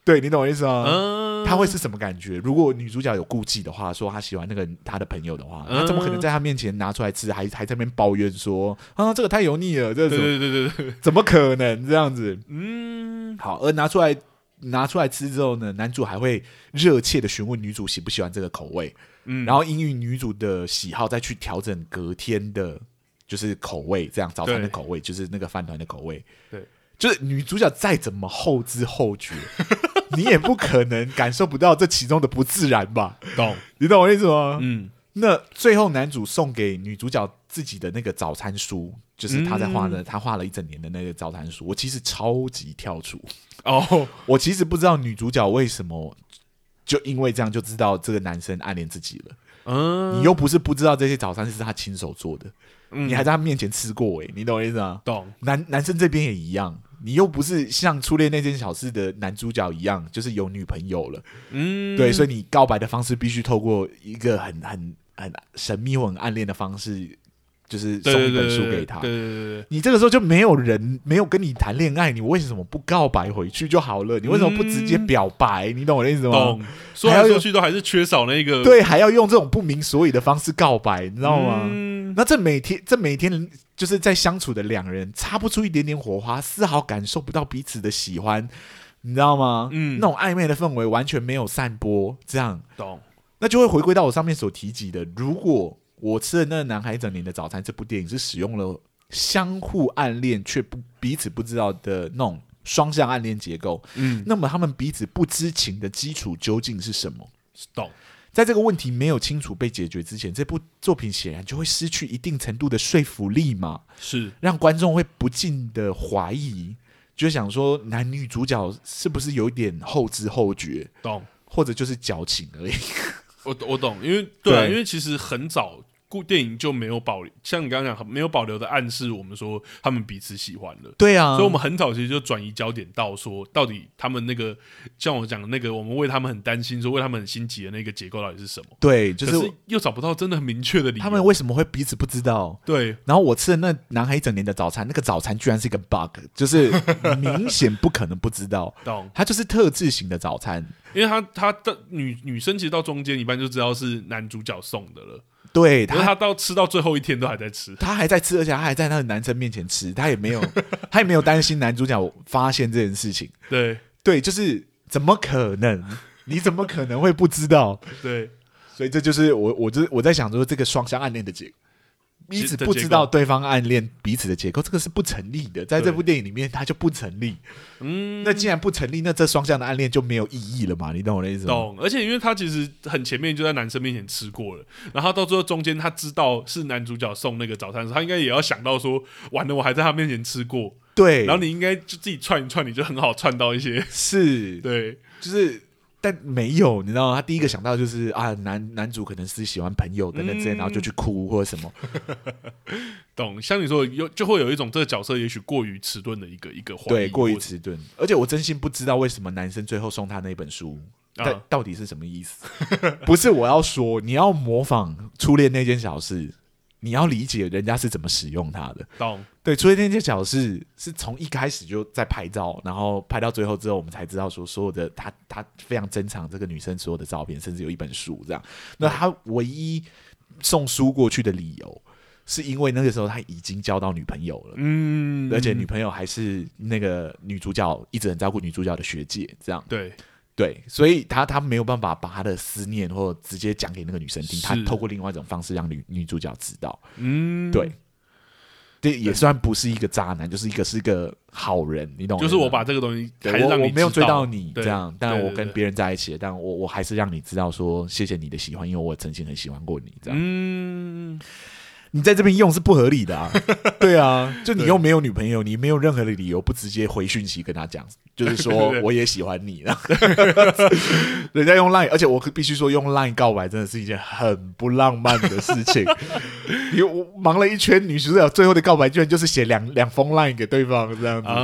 Speaker 2: 对你懂我意思吗？
Speaker 1: 嗯，
Speaker 2: 他会是什么感觉？如果女主角有顾忌的话，说她喜欢那个他的朋友的话，
Speaker 1: 嗯
Speaker 2: 她怎么可能在他面前拿出来吃，还还在那边抱怨说啊，这个太油腻了，这
Speaker 1: 对对
Speaker 2: 个怎么
Speaker 1: 对对对，
Speaker 2: 怎么可能这样子？
Speaker 1: 嗯，
Speaker 2: 好，而拿出来拿出来吃之后呢，男主还会热切的询问女主喜不喜欢这个口味，
Speaker 1: 嗯
Speaker 2: 然后因应女主的喜好再去调整隔天的，就是口味，这样早餐的
Speaker 1: 对
Speaker 2: 口味，就是那个饭团的口味。
Speaker 1: 对，
Speaker 2: 就是女主角再怎么后知后觉，你也不可能感受不到这其中的不自然吧？
Speaker 1: 懂，
Speaker 2: 你懂我意思吗？
Speaker 1: 嗯，
Speaker 2: 那最后男主送给女主角自己的那个早餐书，就是他在画
Speaker 1: 嗯
Speaker 2: 的，他画了一整年的那个早餐书。我其实超级跳出，
Speaker 1: 哦，
Speaker 2: 我其实不知道女主角为什么就因为这样就知道这个男生暗恋自己了。
Speaker 1: 嗯，
Speaker 2: 你又不是不知道这些早餐是他亲手做的，
Speaker 1: 嗯
Speaker 2: 你还在他面前吃过诶、你懂我意思吗？
Speaker 1: 懂，
Speaker 2: 男男生这边也一样，你又不是像初恋那件小事的男主角一样，就是有女朋友了，
Speaker 1: 嗯，
Speaker 2: 对，所以你告白的方式必须透过一个很很很神秘或很暗恋的方式，就是
Speaker 1: 对
Speaker 2: 送
Speaker 1: 对
Speaker 2: 一
Speaker 1: 对
Speaker 2: 本
Speaker 1: 对
Speaker 2: 书
Speaker 1: 对
Speaker 2: 给他。
Speaker 1: 对对对对，
Speaker 2: 你这个时候就没有人没有跟你谈恋爱，你为什么不告白回去就好了？你为什么不直接
Speaker 1: 嗯
Speaker 2: 表白？你懂我的意思吗？
Speaker 1: 懂，说
Speaker 2: 还要
Speaker 1: 来说
Speaker 2: 有
Speaker 1: 去都还是缺少那个，
Speaker 2: 对，还要用这种不明所以的方式告白，你知道吗？
Speaker 1: 嗯
Speaker 2: 那这每天这每天就是在相处的两人，擦不出一点点火花，丝毫感受不到彼此的喜欢，你知道吗？
Speaker 1: 嗯
Speaker 2: 那种暧昧的氛围完全没有散播，这样
Speaker 1: 懂，
Speaker 2: 那就会回归到我上面所提及的，如果我吃的那个男孩整年的早餐这部电影是使用了相互暗恋却不彼此不知道的那种双向暗恋结构，
Speaker 1: 嗯，
Speaker 2: 那么他们彼此不知情的基础究竟是什么？
Speaker 1: 懂，
Speaker 2: 在这个问题没有清楚被解决之前，这部作品显然就会失去一定程度的说服力嘛，
Speaker 1: 是，
Speaker 2: 让观众会不禁的怀疑，就想说男女主角是不是有一点后知后觉，
Speaker 1: 懂，
Speaker 2: 或者就是矫情而已。
Speaker 1: 我我懂，因为对啊，
Speaker 2: 对
Speaker 1: 因为其实很早。故电影就没有保，像你刚刚讲，没有保留的暗示我们说他们彼此喜欢了。
Speaker 2: 对啊，
Speaker 1: 所以我们很早其实就转移焦点到说，到底他们那个像我讲的那个，我们为他们很担心，说为他们很心急的那个结构到底是什么？
Speaker 2: 对，就
Speaker 1: 可
Speaker 2: 是
Speaker 1: 是又找不到真的很明确的理由。
Speaker 2: 他们为什么会彼此不知道？
Speaker 1: 对
Speaker 2: 然后我吃的那男孩一整年的早餐，那个早餐居然是一个 bug，就是明显不可能不知道，
Speaker 1: 懂，
Speaker 2: 它就是特制型的早餐。
Speaker 1: 因为他他的女女生其实到中间一半就知道是男主角送的了，
Speaker 2: 对，
Speaker 1: 可是
Speaker 2: 它
Speaker 1: 他到吃到最后一天都还在 吃。
Speaker 2: 他还在吃，而且他还在那个男生面前吃，他也没 有，他也没有担心男主角发现这件事情。
Speaker 1: 对
Speaker 2: 对，就是怎么可能？你怎么可能会不知道？
Speaker 1: 对，
Speaker 2: 所以这就是我，我就是我在想说，这个双向暗恋的结，彼此
Speaker 1: 的
Speaker 2: 不
Speaker 1: 结
Speaker 2: 知
Speaker 1: 构
Speaker 2: 道对方暗恋彼此的结构，这个是不成立的，在这
Speaker 1: 对
Speaker 2: 部电影里面，它就不成立。
Speaker 1: 嗯，
Speaker 2: 那既然不成立，那这双向的暗恋就没有意义了嘛？你懂我的意思吗？
Speaker 1: 懂。而且因为他其实很前面就在男生面前吃过了，然后到最后中间他知道是男主角送那个早餐的时候，他应该也要想到说，完了我还在他面前吃过，
Speaker 2: 对，
Speaker 1: 然后你应该就自己串一串，你就很好串到一 些。
Speaker 2: 是
Speaker 1: 对，
Speaker 2: 就是。但没有，你知道吗？他第一个想到就是啊，男男主可能是喜欢朋友等等之类，
Speaker 1: 嗯
Speaker 2: 然后就去哭或者什么。
Speaker 1: 懂。像你说的有就会有一种这个角色也许过于迟钝的一个一个怀疑
Speaker 2: 对，过于
Speaker 1: 或者
Speaker 2: 迟钝。而且我真心不知道为什么男生最后送他那本书，
Speaker 1: 啊
Speaker 2: 到到底是什么意思？不是我要说，你要模仿初恋那件小事，你要理解人家是怎么使用它的。
Speaker 1: 懂。
Speaker 2: 对，初恋那件小事是从一开始就在拍照，然后拍到最后之后，我们才知道说所有的他他非常珍藏这个女生所有的照片，甚至有一本书这样。那他唯一送书过去的理由是因为那个时候他已经交到女朋友了，
Speaker 1: 嗯，
Speaker 2: 而且女朋友还是那个女主角一直很照顾女主角的学姐，这样
Speaker 1: 对
Speaker 2: 对，所以他他没有办法把他的思念或直接讲给那个女生听，
Speaker 1: 是
Speaker 2: 他透过另外一种方式让女女主角知道，
Speaker 1: 嗯
Speaker 2: 对。这也算不是一个渣男，就是一个是个好人，你懂吗？
Speaker 1: 就是我把这个东西
Speaker 2: 对
Speaker 1: 还是
Speaker 2: 我
Speaker 1: 让你
Speaker 2: 我没有
Speaker 1: 知
Speaker 2: 追
Speaker 1: 道
Speaker 2: 到你
Speaker 1: 对
Speaker 2: 这样，但
Speaker 1: 对
Speaker 2: 我
Speaker 1: 对
Speaker 2: 跟
Speaker 1: 对
Speaker 2: 别人在一起了，但我我还是让你知道说谢谢你的喜欢，因为我曾经很喜欢过你这样。
Speaker 1: 嗯，
Speaker 2: 你在这边用是不合理 的啊，对啊，就你又没有女朋友，你没有任何的理由不直接回讯息跟他讲，就是
Speaker 1: 对
Speaker 2: 说
Speaker 1: 对对
Speaker 2: 我也喜欢 你啊。人家用 Line，而且我必须说用 Line 告白真的是一件很不浪漫的事 情。你我忙了一圈，女主角最后的告白居然就是写两两封 Line 给对方这样子。
Speaker 1: 啊，我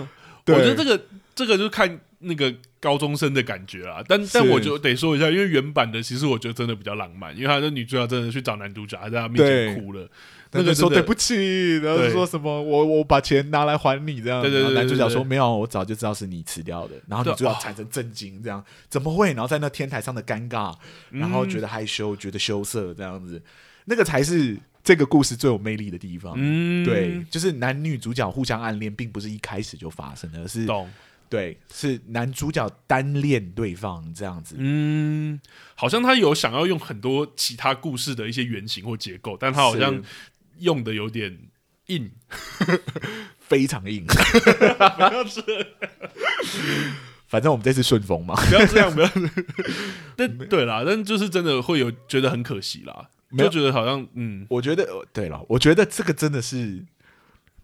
Speaker 2: 嗯对
Speaker 1: 觉得这个这个就是看那个高中生的感觉啦。但但
Speaker 2: 是
Speaker 1: 我就得说一下，因为原版的其实我觉得真的比较浪漫，因为他的女主角真的去找男主角，还在他面前
Speaker 2: 对
Speaker 1: 哭了。
Speaker 2: 那
Speaker 1: 那
Speaker 2: 个
Speaker 1: 个
Speaker 2: 说
Speaker 1: 真
Speaker 2: 对
Speaker 1: 的
Speaker 2: 不起，然后
Speaker 1: 对
Speaker 2: 说什么我我把钱拿来还你这样，
Speaker 1: 对对对
Speaker 2: 然后男主角
Speaker 1: 对对
Speaker 2: 说
Speaker 1: 对
Speaker 2: 没有，我早就知道是你吃掉的，然后女
Speaker 1: 对
Speaker 2: 主角
Speaker 1: 哦
Speaker 2: 产生震惊，这样怎么会？然后在那天台上的尴尬，然
Speaker 1: 嗯
Speaker 2: 后觉得害羞，觉得羞涩这样子，那个才是这个故事最有魅力的地方。
Speaker 1: 嗯，
Speaker 2: 对，，就是男女主角互相暗恋，并不是一开始就发生的，而是
Speaker 1: 懂。
Speaker 2: 对，是男主角单恋对方这样子。
Speaker 1: 嗯，好像他有想要用很多其他故事的一些原型或结构，但他好像
Speaker 2: 是
Speaker 1: 用的有点 硬。
Speaker 2: 非常硬。 反正我们这次顺风嘛，
Speaker 1: 不要这样，不要这样。但对啦，但就是真的会有觉得很可惜啦，
Speaker 2: 没有
Speaker 1: 就觉得好像嗯，
Speaker 2: 我觉得呃对了，我觉得这个真的是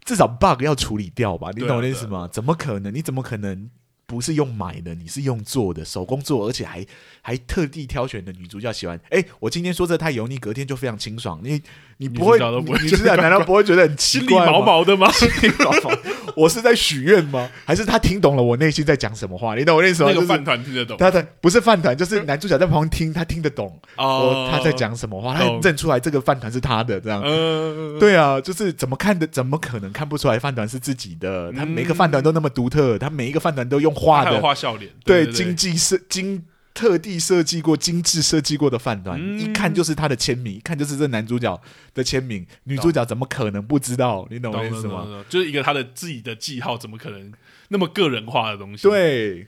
Speaker 2: 至少 bug 要处理掉吧，你
Speaker 1: 对啊
Speaker 2: 懂我的意思吗？怎么可能？你怎么可能不是用买的？你是用做的，手工做，而且还还特地挑选的女主角喜欢。哎，我今天说这太油腻，隔天就非常清爽。你你不会，
Speaker 1: 女主角都不会
Speaker 2: 你你女主角难道不会觉得很奇
Speaker 1: 心里
Speaker 2: 怪吗
Speaker 1: 毛？毛的吗？
Speaker 2: 心里毛毛， 我是在许愿吗？还是他听懂了我内心在讲什么话？你懂我的意思吗？
Speaker 1: 那个
Speaker 2: 啊就是
Speaker 1: 饭团听得懂
Speaker 2: 他的不是饭团，就是男主角在旁边听，他听得懂
Speaker 1: 哦
Speaker 2: 我，他在，讲什么话，他
Speaker 1: 懂
Speaker 2: 认出来这个饭团是他的这样。
Speaker 1: 呃，
Speaker 2: 对啊，就是怎么看的，怎么可能看不出来饭团是自己的？他每个饭团都那么独特，他每一个饭团都用
Speaker 1: 他
Speaker 2: 画
Speaker 1: 嗯还有
Speaker 2: 的，
Speaker 1: 画笑脸，
Speaker 2: 对
Speaker 1: 对
Speaker 2: 经济设经特地设计过、精致设计过的饭团，
Speaker 1: 嗯
Speaker 2: 一看就是他的签名，一看就是这男主角的签名。女主角怎么可能不知道？你懂我
Speaker 1: 懂
Speaker 2: 意
Speaker 1: 了
Speaker 2: 思
Speaker 1: 懂了
Speaker 2: 吗？
Speaker 1: 懂了，就是一个他的自己的记号，怎么可能那么个人化的东西？，
Speaker 2: 对，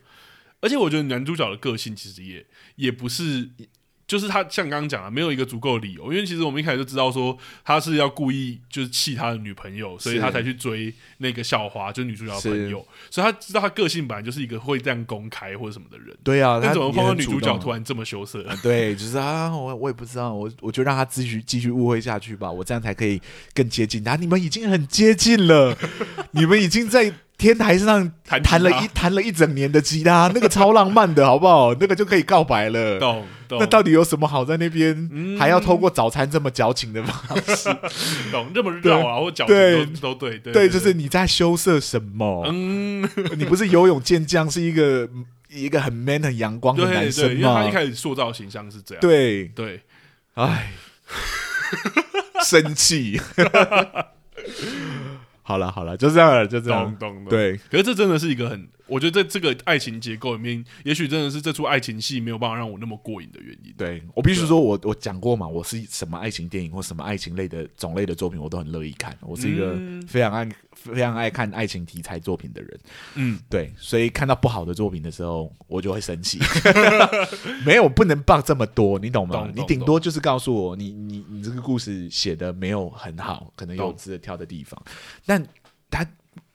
Speaker 1: 而且我觉得男主角的个性其实也也不是。就是他像刚刚讲的，没有一个足够的理由，因为其实我们一开始就知道说他是要故意就是气他的女朋友，所以
Speaker 2: 是
Speaker 1: 他才去追那个校花，就是女主角的
Speaker 2: 是
Speaker 1: 朋友，所以他知道他个性本来就是一个会这样公开或者什么的人。
Speaker 2: 对啊，
Speaker 1: 但
Speaker 2: 他
Speaker 1: 怎么
Speaker 2: 也
Speaker 1: 碰到
Speaker 2: 很
Speaker 1: 女
Speaker 2: 主
Speaker 1: 主角
Speaker 2: 动
Speaker 1: 突然这么羞 涩？
Speaker 2: 对，就是啊，我我也不知道，我我就让他继续继续误会下去吧，我这样才可以更接近他。你们已经很接近了，你们已经在天台上
Speaker 1: 弹吉
Speaker 2: 弹了
Speaker 1: 他
Speaker 2: 一弹了一整年的吉他，那个超浪漫的，好不好？那个就可以告白了。
Speaker 1: 懂懂嗯
Speaker 2: 那到底有什么好在那边、还要透过早餐这么矫情的吗？
Speaker 1: 懂，这么绕啊，或脚
Speaker 2: 对
Speaker 1: 趾都都对对
Speaker 2: 对，就是你在羞涩什么？
Speaker 1: 嗯，
Speaker 2: 你不是游泳健将，是一个一个很 man 哦很阳光的
Speaker 1: 对
Speaker 2: 男
Speaker 1: 对，
Speaker 2: 生
Speaker 1: 因为他
Speaker 2: 吗
Speaker 1: 一？开始塑造形象是这样，
Speaker 2: 对，
Speaker 1: 对，
Speaker 2: 唉，生气。 好了好了，就这样了，就这
Speaker 1: 懂
Speaker 2: 样。
Speaker 1: 懂懂。
Speaker 2: 对，
Speaker 1: 可是这真的是一个很，我觉得在这个爱情结构里面，也许真的是这出爱情戏没有办法让我那么过瘾的原因。
Speaker 2: 对我必须说我，我讲过嘛，我是什么爱情电影或什么爱情类的种类的作品，我都很乐意看。我是一个
Speaker 1: 嗯
Speaker 2: 非常爱、非常爱看爱情题材作品的人。
Speaker 1: 嗯，
Speaker 2: 对，所以看到不好的作品的时候，我就会 生气。没有，不能报这么多，你懂吗？
Speaker 1: 懂
Speaker 2: 你
Speaker 1: 懂
Speaker 2: 顶多就是告诉我，你你你这个故事写的没有很好，可能有
Speaker 1: 懂
Speaker 2: 值得挑的地方，但它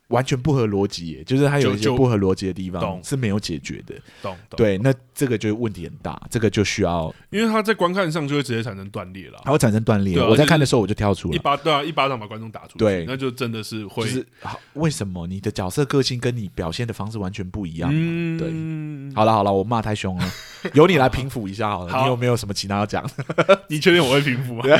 Speaker 2: 完全不合逻辑耶，就是它有
Speaker 1: 就
Speaker 2: 一些
Speaker 1: 就
Speaker 2: 不合逻辑的地方
Speaker 1: 懂
Speaker 2: 是没有解决的。
Speaker 1: 懂懂。，
Speaker 2: 对，那这个就问题很大，这个就需要
Speaker 1: 因为他在观看上就会直接产生断裂了，
Speaker 2: 它会产生断裂。
Speaker 1: 对啊
Speaker 2: 我在
Speaker 1: 就是
Speaker 2: 看的时候我就跳出
Speaker 1: 一
Speaker 2: 来，
Speaker 1: 巴对啊，一巴掌把观众打出去，
Speaker 2: 对
Speaker 1: 那就真的是
Speaker 2: 就
Speaker 1: 会，
Speaker 2: 是好为什么你的角色个性跟你表现的方式完全不一样？
Speaker 1: 嗯，
Speaker 2: 对好了好了，我骂 太凶了，由你来平复一下好了。
Speaker 1: 好
Speaker 2: 你有没有什么其他 要讲？
Speaker 1: 你确定我会平复吗？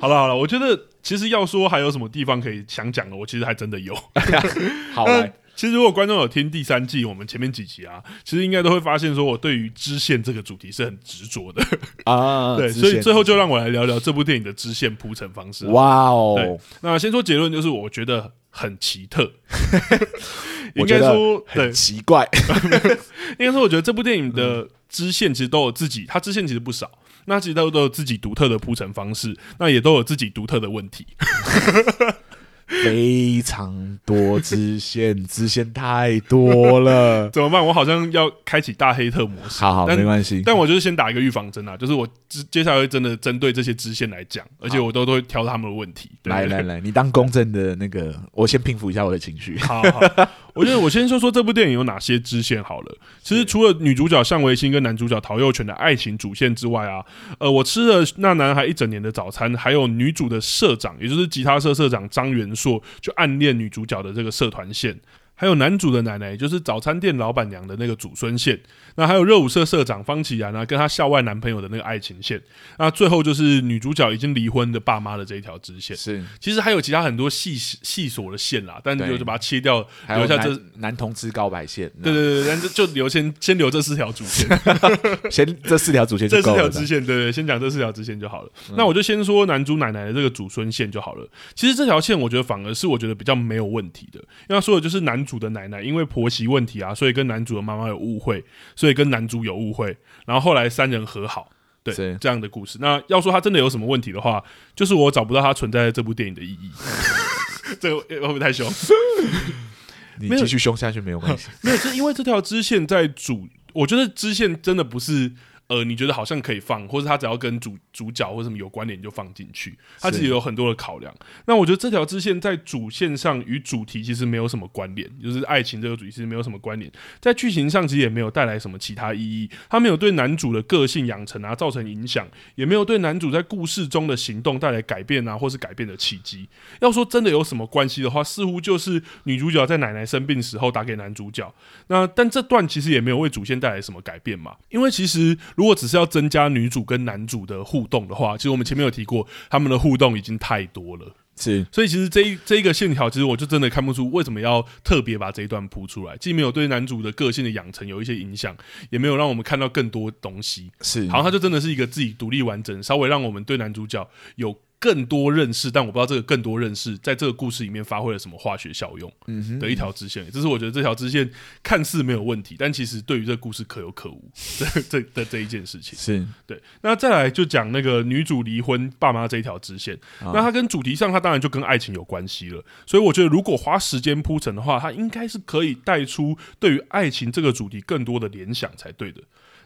Speaker 1: 好了好了，我觉得其实要说还有什么地方可以想讲的，我其实还真的有。
Speaker 2: 好
Speaker 1: 那
Speaker 2: 来，
Speaker 1: 呃其实如果观众有听第三季我们前面几集啊，其实应该都会发现说我对于支线这个主题是很执着的，
Speaker 2: 啊，
Speaker 1: 对，
Speaker 2: 支
Speaker 1: 所以
Speaker 2: 线
Speaker 1: 最后就让我来聊聊这部电影的支线铺陈方式啊。
Speaker 2: 哇哦
Speaker 1: 对，那先说结论，就是我觉得很奇 特，应
Speaker 2: 我觉
Speaker 1: 该
Speaker 2: 得
Speaker 1: 说对
Speaker 2: 很，奇怪，
Speaker 1: 应该说我觉得这部电影的支线其实都有自己，它支线其实不少，那其实都都有自己独特的铺陈方式，那也都有自己独特的问题。
Speaker 2: 非常多支线，支线太 多了。
Speaker 1: 怎么办？我好像要开启大黑特模式。
Speaker 2: 好好，
Speaker 1: 但
Speaker 2: 没关系。
Speaker 1: 但我就是先打一个预防针啊，就是我接接下来会真的针对这些支线来讲，而且我都都会挑他们的问题。对
Speaker 2: 来 来，来，你当公正的那个，我先平复一下我的情绪。
Speaker 1: 好好，我觉得我先说说这部电影有哪些支线好了。其实除了女主角向维新跟男主角陶佑全的爱情主线之外啊，呃，我吃了那男孩一整年的早餐，还有女主的社长，也就是吉他社社长张元硕，就暗恋女主角的这个社团线。还有男主的奶奶，也就是早餐店老板娘的那个祖孙线，那还有热舞社社长方启然啊，跟她校外男朋友的那个爱情线，那最后就是女主角已经离婚的爸妈的这一条支线。
Speaker 2: 是，
Speaker 1: 其实还有其他很多细细琐的线啦，但
Speaker 2: 对
Speaker 1: 就就把它切掉，
Speaker 2: 还
Speaker 1: 留
Speaker 2: 有
Speaker 1: 下这。
Speaker 2: 男嗯男同志告白线，
Speaker 1: 对对对，对但是就留 先先留这四条主线，
Speaker 2: 那先这四条主线
Speaker 1: 这
Speaker 2: 就
Speaker 1: 四
Speaker 2: 够
Speaker 1: 条
Speaker 2: 了。嗯
Speaker 1: 支线，对对，对先讲这四条支线就好了。那我就先说男主奶奶的这个祖孙线就好了。其实这条线我觉得反而是我觉得比较没有问题的，因为他说的就是男主的奶奶因为婆媳问题啊，所以跟男主的妈妈有误会，所以跟男主有误会，然后后来三人和好。对
Speaker 2: 是，
Speaker 1: 这样的故事。那要说他真的有什么问题的话，就是我找不到他存在在这部电影的意 义。这个会不会太凶？
Speaker 2: 你
Speaker 1: 没有
Speaker 2: 继续凶下去没有关系。
Speaker 1: 没有，是因为这条支线在主，我觉得支线真的不是呃，你觉得好像可以放，或者它只要跟主主角或什么有关联就放进去，它
Speaker 2: 是
Speaker 1: 其实有很多的考量。那我觉得这条支线在主线上与主题其实没有什么关联，就是爱情这个主题其实没有什么关联，在剧情上其实也没有带来什么其他意义，它没有对男主的个性养成啊造成影响，也没有对男主在故事中的行动带来改变啊，或是改变的契机。要说真的有什么关系的话，似乎就是女主角在奶奶生病时候打给男主角。那但这段其实也没有为主线带来什么改变嘛，因为其实如果只是要增加女主跟男主的互动的话，其实我们前面有提过，他们的互动已经太多了。
Speaker 2: 是，
Speaker 1: 所以其实这一这一个线条，其实我就真的看不出为什么要特别把这一段铺出来，既没有对男主的个性的养成有一些影响，也没有让我们看到更多东西。
Speaker 2: 是，
Speaker 1: 好像他就真的是一个自己独立完整，稍微让我们对男主角有更多认识，但我不知道这个更多认识在这个故事里面发挥了什么化学效用
Speaker 2: 嗯哼，
Speaker 1: 的一条支线。这是我觉得这条支线看似没有问题，但其实对于这个故事可有可无这这的这一件事情。
Speaker 2: 是
Speaker 1: 对，那再来就讲那个女主离婚爸妈这一条支线，那它跟主题上，它当然就跟爱情有关系了。所以我觉得，如果花时间铺陈的话，它应该是可以带出对于爱情这个主题更多的联想才对的。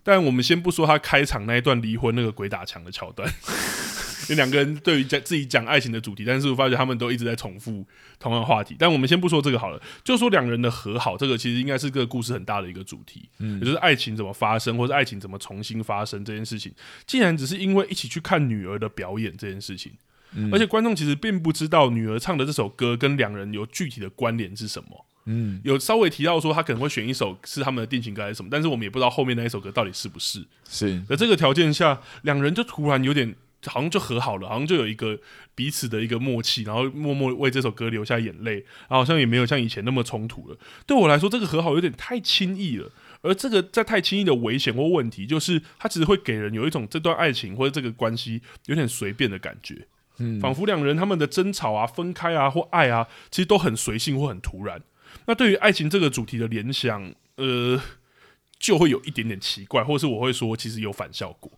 Speaker 1: 但我们先不说他开场那一段离婚那个鬼打墙的桥段， 有两个人对于讲自己讲爱情的主题，但是我发觉他们都一直在重复同样的话题。但我们先不说这个好了，就说两人的和好，这个其实应该是这个故事很大的一个主题，嗯，也就是爱情怎么发生，或者爱情怎么重新发生这件事情。竟然只是因为一起去看女儿的表演这件事情，而且观众其实并不知道女儿唱的这首歌跟两人有具体的关联是什么。嗯，有稍微提到说他可能会选一首是他们的定情歌还是什么，但是我们也不知道后面那一首歌到底是不是。
Speaker 2: 是，
Speaker 1: 在这个条件下，两人就突然有点好像就和好了，好像就有一个彼此的一个默契，然后默默为这首歌流下眼泪，然后好像也没有像以前那么冲突了。对我来说，这个和好有点太轻易了。而这个在太轻易的危险或问题，就是它其实会给人有一种这段爱情或者这个关系有点随便的感觉，嗯，仿佛两人他们的争吵啊、分开啊或爱啊，其实都很随性或很突然。那对于爱情这个主题的联想，呃，就会有一点点奇怪，或是我会说，其实有反效果。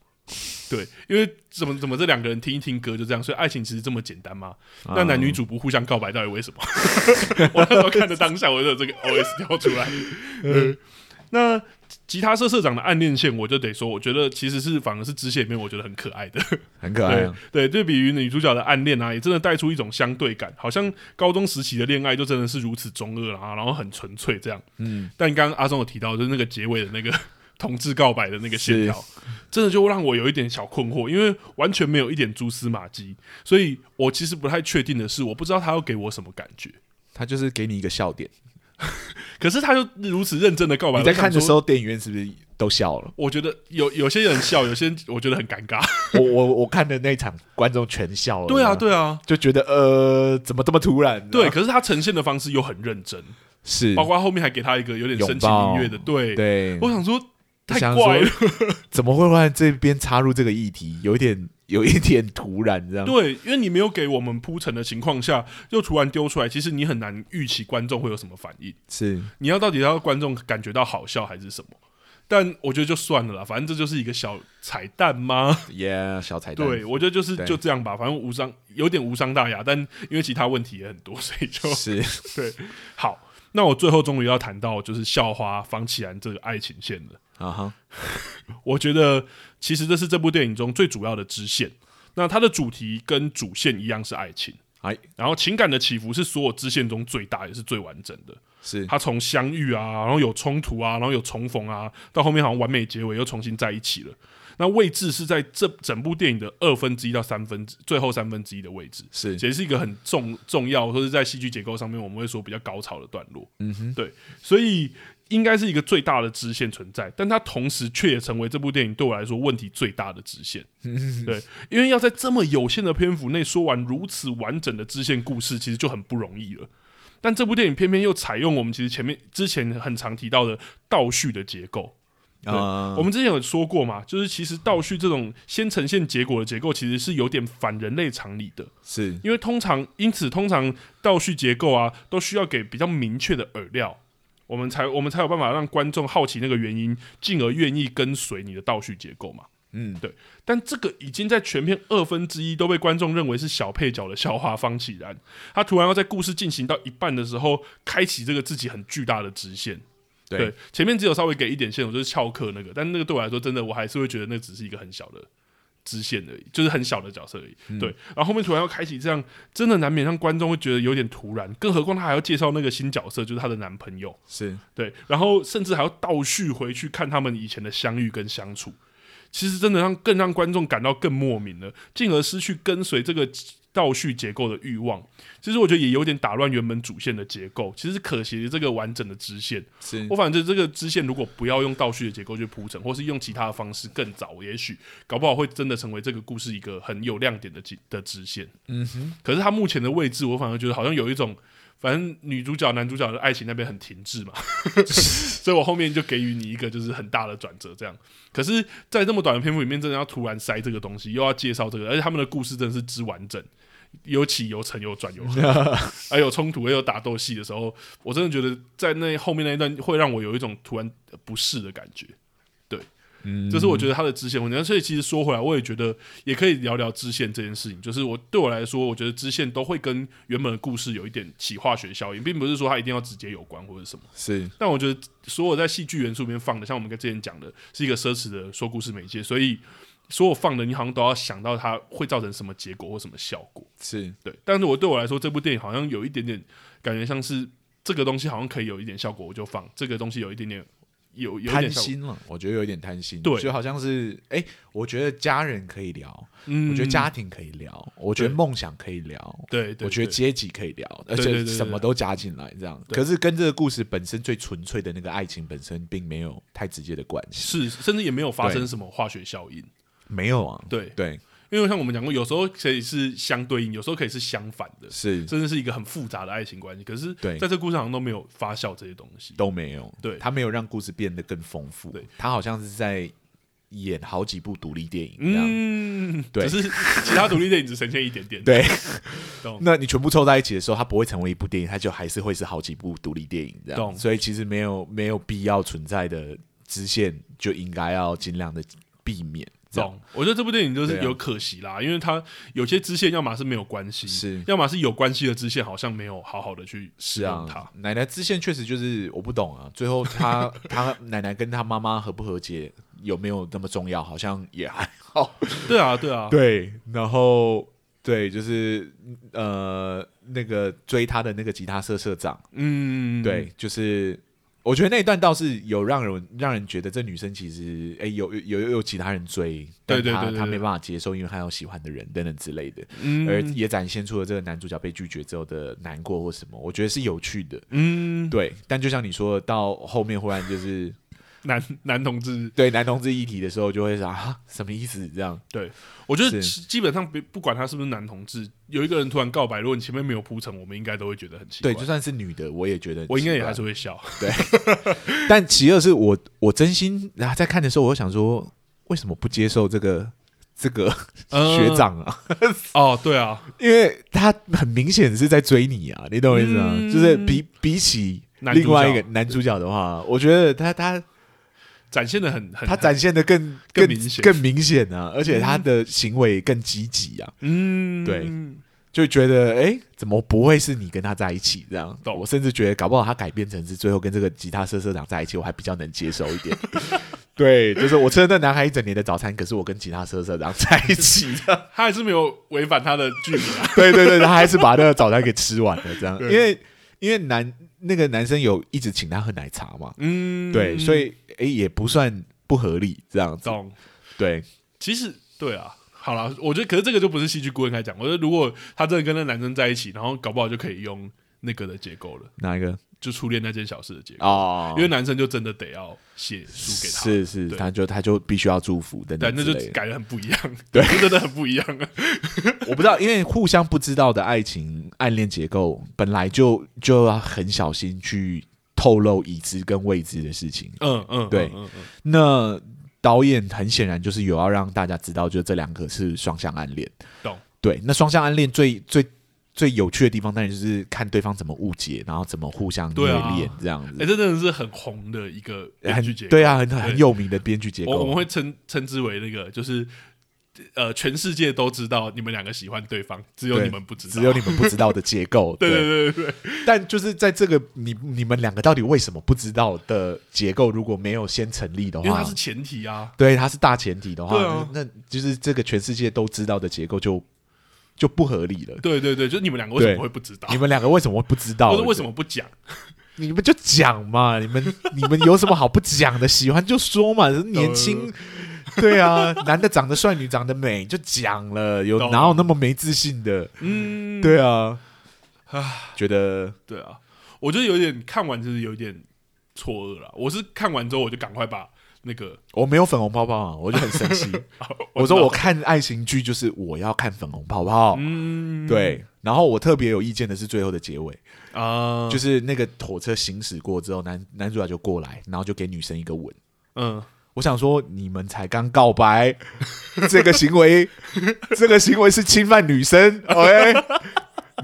Speaker 1: 对，因为怎么怎么这两个人听一听歌就这样，所以爱情其实这么简单吗？那男女主不互相告白到底为什么？ 我那时候看的当下，我就有这个 OS 跳出来。嗯，那吉他社社长的暗恋线，我就得说，我觉得其实是反而是支线里面我觉得很可爱的。
Speaker 2: 很可爱啊。
Speaker 1: 对，对比于女主角的暗恋啊，也真的带出一种相对感，好像高中时期的恋爱就真的是如此中二啊，然后很纯粹这样。嗯，但刚刚阿松有提到，就是那个结尾的那个同志告白的那个线条，真的就让我有一点小困惑，因为完全没有一点蛛丝马迹，所以我其实不太确定的是，我不知道他要给我什么感觉。
Speaker 2: 他就是给你一个笑点，
Speaker 1: 可是他就如此认真的告白，
Speaker 2: 你在看的时
Speaker 1: 候，
Speaker 2: 候，电影院是不是都笑了？
Speaker 1: 我觉得有有些人笑，有些人我觉得很尴尬。
Speaker 2: 我我我看的那一场，观众全笑了。
Speaker 1: 对啊，
Speaker 2: 你知道吗，
Speaker 1: 对啊，
Speaker 2: 就觉得呃，怎么这么突然？
Speaker 1: 对。，啊可是他呈现的方式又很认真，
Speaker 2: 是
Speaker 1: 包，括后面还给他一个有点深情
Speaker 2: 拥抱
Speaker 1: 音乐的，对
Speaker 2: 对，
Speaker 1: 我想说太
Speaker 2: 想
Speaker 1: 怪
Speaker 2: 说
Speaker 1: 了，
Speaker 2: 怎么会忽然这边插入这个议题？有一点，有一点突然这样。
Speaker 1: 对，因为你没有给我们铺陈的情况下，又突然丢出来，其实你很难预期观众会有什么反应。
Speaker 2: 是，
Speaker 1: 你要到底要观众感觉到好笑还是什么？但我觉得就算了啦，反正这就是一个小彩蛋嘛。
Speaker 2: 耶，小彩蛋，
Speaker 1: 对，我觉得就是
Speaker 2: 对
Speaker 1: 就这样吧，反正无伤，有点无伤大雅，但因为其他问题也很多，所以就是 好。那我最后终于要谈到就是校花方启然这个爱情线了。
Speaker 2: 啊哈，
Speaker 1: 我觉得其实这是这部电影中最主要的支线。那它的主题跟主线一样是爱情，
Speaker 2: 哎，
Speaker 1: 然后情感的起伏是所有支线中最大也是最完整的。
Speaker 2: 是
Speaker 1: 他从相遇啊，然后有冲突啊，然后有重逢啊，到后面好像完美结尾又重新在一起了。那位置是在这整部电影的二分之一到三分之最后三分之一的位置，
Speaker 2: 是
Speaker 1: 其实是一个很重重要，或是在戏剧结构上面我们会说比较高潮的段落。嗯哼，对，所以应该是一个最大的支线存在，但它同时却也成为这部电影对我来说问题最大的支 线。对，因为要在这么有限的篇幅内说完如此完整的支线故事，其实就很不容易了。但这部电影偏偏又采用我们其实前面之前很常提到的倒叙的结构。
Speaker 2: 啊
Speaker 1: 我，们之前有说过嘛，就是其实倒叙这种先呈现结果的结构，其实是有点反人类常理的。
Speaker 2: 是
Speaker 1: 因为通常，因此通常倒叙结构啊，都需要给比较明确的饵料，我们才我们才有办法让观众好奇那个原因，进而愿意跟随你的倒叙结构嘛。
Speaker 2: 嗯，
Speaker 1: 对。但这个已经在全片二分之一都被观众认为是小配角的校花方启然，他突然要在故事进行到一半的时候，开启这个自己很巨大的支线。
Speaker 2: 对
Speaker 1: 对，前面只有稍微给一点线索，就是翘课那个，但那个对我来说，真的我还是会觉得那只是一个很小的支线而已，就是很小的角色而已。对，然后后面突然要开启这样，真的难免让观众会觉得有点突然，更何况他还要介绍那个新角色，就是她的男朋友。
Speaker 2: 是
Speaker 1: 对，然后甚至还要倒叙回去看他们以前的相遇跟相处，其实真的让更让观众感到更莫名了，进而失去跟随这个倒叙结构的欲望。其实我觉得也有点打乱原本主线的结构，其实是可惜的这个完整的支线。
Speaker 2: 是
Speaker 1: 我反正这个支线如果不要用倒叙的结构去铺陈，或是用其他的方式更早，也许搞不好会真的成为这个故事一个很有亮点的支的支线。嗯哼，可是他目前的位置，我反而觉得好像有一种。反正女主角、男主角的爱情那边很停滞嘛， 所以我后面就给予你一个就是很大的转折，这样。可是，在这么短的篇幅里面，真的要突然塞这个东西，又要介绍这个，而且他们的故事真的是之完整，有起有沉，有转有合， 还有冲突，也有打斗戏的时候，我真的觉得在那后面那一段会让我有一种突然不适的感觉。对，
Speaker 2: 嗯
Speaker 1: 这是我觉得他的支线问题。那所以其实说回来，我也觉得也可以聊聊支线这件事情。就是我对我来说，我觉得支线都会跟原本的故事有一点起化学效应，并不是说它一定要直接有关或者什么。
Speaker 2: 是
Speaker 1: 但我觉得所有在戏剧元素里面放的，像我们跟之前讲的，是一个奢侈的说故事媒介，所以所有放的你好像都要想到它会造成什么结果或什么效果。
Speaker 2: 是
Speaker 1: 对，但是我对我来说，这部电影好像有一点点感觉像是这个东西好像可以有一点效果，我就放这个东西有一点点有有一
Speaker 2: 贪
Speaker 1: 点效果，
Speaker 2: 心了，我觉得有点贪心，
Speaker 1: 对
Speaker 2: 就好像是哎，我觉得家人可以聊，
Speaker 1: 嗯
Speaker 2: 我觉得家庭可以聊，我觉得
Speaker 1: 对
Speaker 2: 梦想可以聊，
Speaker 1: 对对，
Speaker 2: 我觉得
Speaker 1: 对
Speaker 2: 阶级可以聊，而
Speaker 1: 对对
Speaker 2: 且
Speaker 1: 对对
Speaker 2: 什么都加进来，这样。
Speaker 1: 对
Speaker 2: 可是跟这个故事本身最纯粹的那个爱情本身，并没有太直接的关系。
Speaker 1: 是，甚至也没有发
Speaker 2: 对
Speaker 1: 生什么化学效应。
Speaker 2: 没有啊，
Speaker 1: 对，
Speaker 2: 对，
Speaker 1: 因为像我们讲过，有时候可以是相对应，有时候可以是相反的，
Speaker 2: 是
Speaker 1: 甚至是一个很复杂的爱情关系。可是，
Speaker 2: 对
Speaker 1: 在这故事好像都没有发酵这些东西。
Speaker 2: 都没有。
Speaker 1: 对
Speaker 2: 他没有让故事变得更丰富
Speaker 1: 对。
Speaker 2: 他好像是在演好几部独立电影这样。
Speaker 1: 嗯，
Speaker 2: 对
Speaker 1: 只是其他独立电影只呈现一点 点。
Speaker 2: 对
Speaker 1: 懂，
Speaker 2: 那你全部凑在一起的时候，它不会成为一部电影，它就还是会是好几部独立电影这
Speaker 1: 懂
Speaker 2: 样。所以其实没有没有必要存在的支线，就应该要尽量的避免。这样
Speaker 1: 懂，我觉得这部电影就是
Speaker 2: 对啊
Speaker 1: 有可惜啦，因为它有些支线要么是没有关系，
Speaker 2: 是
Speaker 1: 要么是有关系的支线，好像没有好好的去使
Speaker 2: 是
Speaker 1: 用它
Speaker 2: 啊。，奶奶支线确实就是我不懂啊。最后 她她奶奶跟她妈妈和不和解有没有那么重要？好像也还好。
Speaker 1: 对啊， 对啊，
Speaker 2: 对， 然后对，就是呃，那个追她的那个吉他社社长，
Speaker 1: 嗯，
Speaker 2: 对，就是我觉得那一段倒是有让人让人觉得这女生其实哎、有有有有其他人追，但
Speaker 1: 对对
Speaker 2: 她
Speaker 1: 对对
Speaker 2: 她
Speaker 1: 对
Speaker 2: 没办法接受，因为她有喜欢的人等等之类的，而
Speaker 1: 嗯，
Speaker 2: 也展现出了这个男主角被拒绝之后的难过或什么，我觉得是有趣的。
Speaker 1: 嗯，
Speaker 2: 对，但就像你说的，到后面忽然就是
Speaker 1: 男男同志，
Speaker 2: 对男同志议题的时候，就会想啊，什么意思？这样
Speaker 1: 对我觉得
Speaker 2: 是
Speaker 1: 其基本上不不管他是不是男同志，有一个人突然告白，如果你前面没有铺陈，我们应该都会觉得很奇怪。
Speaker 2: 对，就算是女的，我也觉得很
Speaker 1: 我应该
Speaker 2: 奇
Speaker 1: 也
Speaker 2: 怪
Speaker 1: 还是。会笑，
Speaker 2: 但其二是我，我真心啊，在看的时候，我想说，为什么不接受这个这个
Speaker 1: 呃
Speaker 2: 学长啊？
Speaker 1: 哦，对啊，
Speaker 2: 因为他很明显是在追你啊，你懂我意思吗？
Speaker 1: 嗯
Speaker 2: 就是比比起
Speaker 1: 男主角
Speaker 2: 另外一个男主角的话，我觉得他他
Speaker 1: 展现的很很
Speaker 2: 他展现的更
Speaker 1: 更
Speaker 2: 更
Speaker 1: 明显
Speaker 2: 更明显啊，而且他的行为更积极啊，
Speaker 1: 嗯
Speaker 2: 对就觉得哎、诶怎么不会是你跟他在一起这样？
Speaker 1: 懂
Speaker 2: 我甚至觉得搞不好他改变成是最后跟这个吉他社社长在一起，我还比较能接受一点。 对，就是我吃了那男孩一整年的早餐，可是我跟吉他社社长在一起这样
Speaker 1: 他还是没有违反他的距离啊。
Speaker 2: 对对对，他还是把那个早餐给吃完了这样，
Speaker 1: 对
Speaker 2: 因为因为男那个男生有一直请他喝奶茶嘛，
Speaker 1: 嗯
Speaker 2: 对，所以哎、诶也不算不合理这样子。
Speaker 1: 懂。
Speaker 2: 对，
Speaker 1: 其实对啊，好了，我觉得可是这个就不是戏剧顾问该讲。我觉得如果他真的跟那男生在一起，然后搞不好就可以用那个的结构了，
Speaker 2: 哪一个？
Speaker 1: 就初恋那件小事的结构，
Speaker 2: 哦，
Speaker 1: 因为男生就真的得要写书给他。
Speaker 2: 是是，
Speaker 1: 对
Speaker 2: 他就他就必须要祝福等
Speaker 1: 对，
Speaker 2: 等
Speaker 1: 那
Speaker 2: 之
Speaker 1: 就
Speaker 2: 类 的。
Speaker 1: 改的很不一样，
Speaker 2: 对，
Speaker 1: 真的很不一样 啊。
Speaker 2: 我不知道，因为互相不知道的爱情暗恋结构，本来就就要很小心去透露已知跟未知的事情。
Speaker 1: 嗯嗯，
Speaker 2: 对
Speaker 1: 嗯嗯嗯
Speaker 2: 那导演很显然就是有要让大家知道，就这两个是双向暗恋。
Speaker 1: 懂？
Speaker 2: 对，那双向暗恋最最最有趣的地方，当然就是看对方怎么误解，然后怎么互相
Speaker 1: 对
Speaker 2: 虐
Speaker 1: 啊
Speaker 2: 恋这样
Speaker 1: 哎、
Speaker 2: 子。
Speaker 1: 这真的是很红的一个编剧
Speaker 2: 很
Speaker 1: 结构。
Speaker 2: 对啊，很很
Speaker 1: 对
Speaker 2: 有名的编剧结
Speaker 1: 我我们
Speaker 2: 构。
Speaker 1: 会称称之为那个，就是呃，全世界都知道你们两个喜欢对方，只有
Speaker 2: 对
Speaker 1: 你们不知道，
Speaker 2: 只有你们不知道的结构，
Speaker 1: 对对对对对，
Speaker 2: 但就是在这个你你们两个到底为什么不知道的结构，如果没有先成立的
Speaker 1: 因为
Speaker 2: 话
Speaker 1: 它是，前提啊。
Speaker 2: 对，它是大前提的话，
Speaker 1: 对啊
Speaker 2: 那那就是这个全世界都知道的结构就就不合理了。
Speaker 1: 对对对，就是你们两个为什
Speaker 2: 对
Speaker 1: 么会不知道
Speaker 2: 你？们两个为什么会不知道？
Speaker 1: 或者为什么不讲？
Speaker 2: 你们就讲嘛？你们你们有什么好不讲的？喜欢就说嘛，年轻。
Speaker 1: 呃
Speaker 2: 对啊，男的长得帅，女长得美，就讲了，有
Speaker 1: 懂
Speaker 2: 哪有那么没自信的？
Speaker 1: 嗯，
Speaker 2: 对啊，觉得
Speaker 1: 对啊，我就有点看完，就是有点错愕了。我是看完之后，我就赶快把那个
Speaker 2: 我没有粉红泡泡啊，我就很生 气。
Speaker 1: 哦
Speaker 2: 我说我看爱情剧就是我要看粉红泡泡，
Speaker 1: 嗯
Speaker 2: 对。然后我特别有意见的是最后的结尾，
Speaker 1: 啊，
Speaker 2: 就是是那个火车行驶过之后，男男主角就过来，然后就给女生一个吻。
Speaker 1: 嗯，
Speaker 2: 我想说，你们才刚告白， 这个行为， 这个行为是侵犯女生，OK？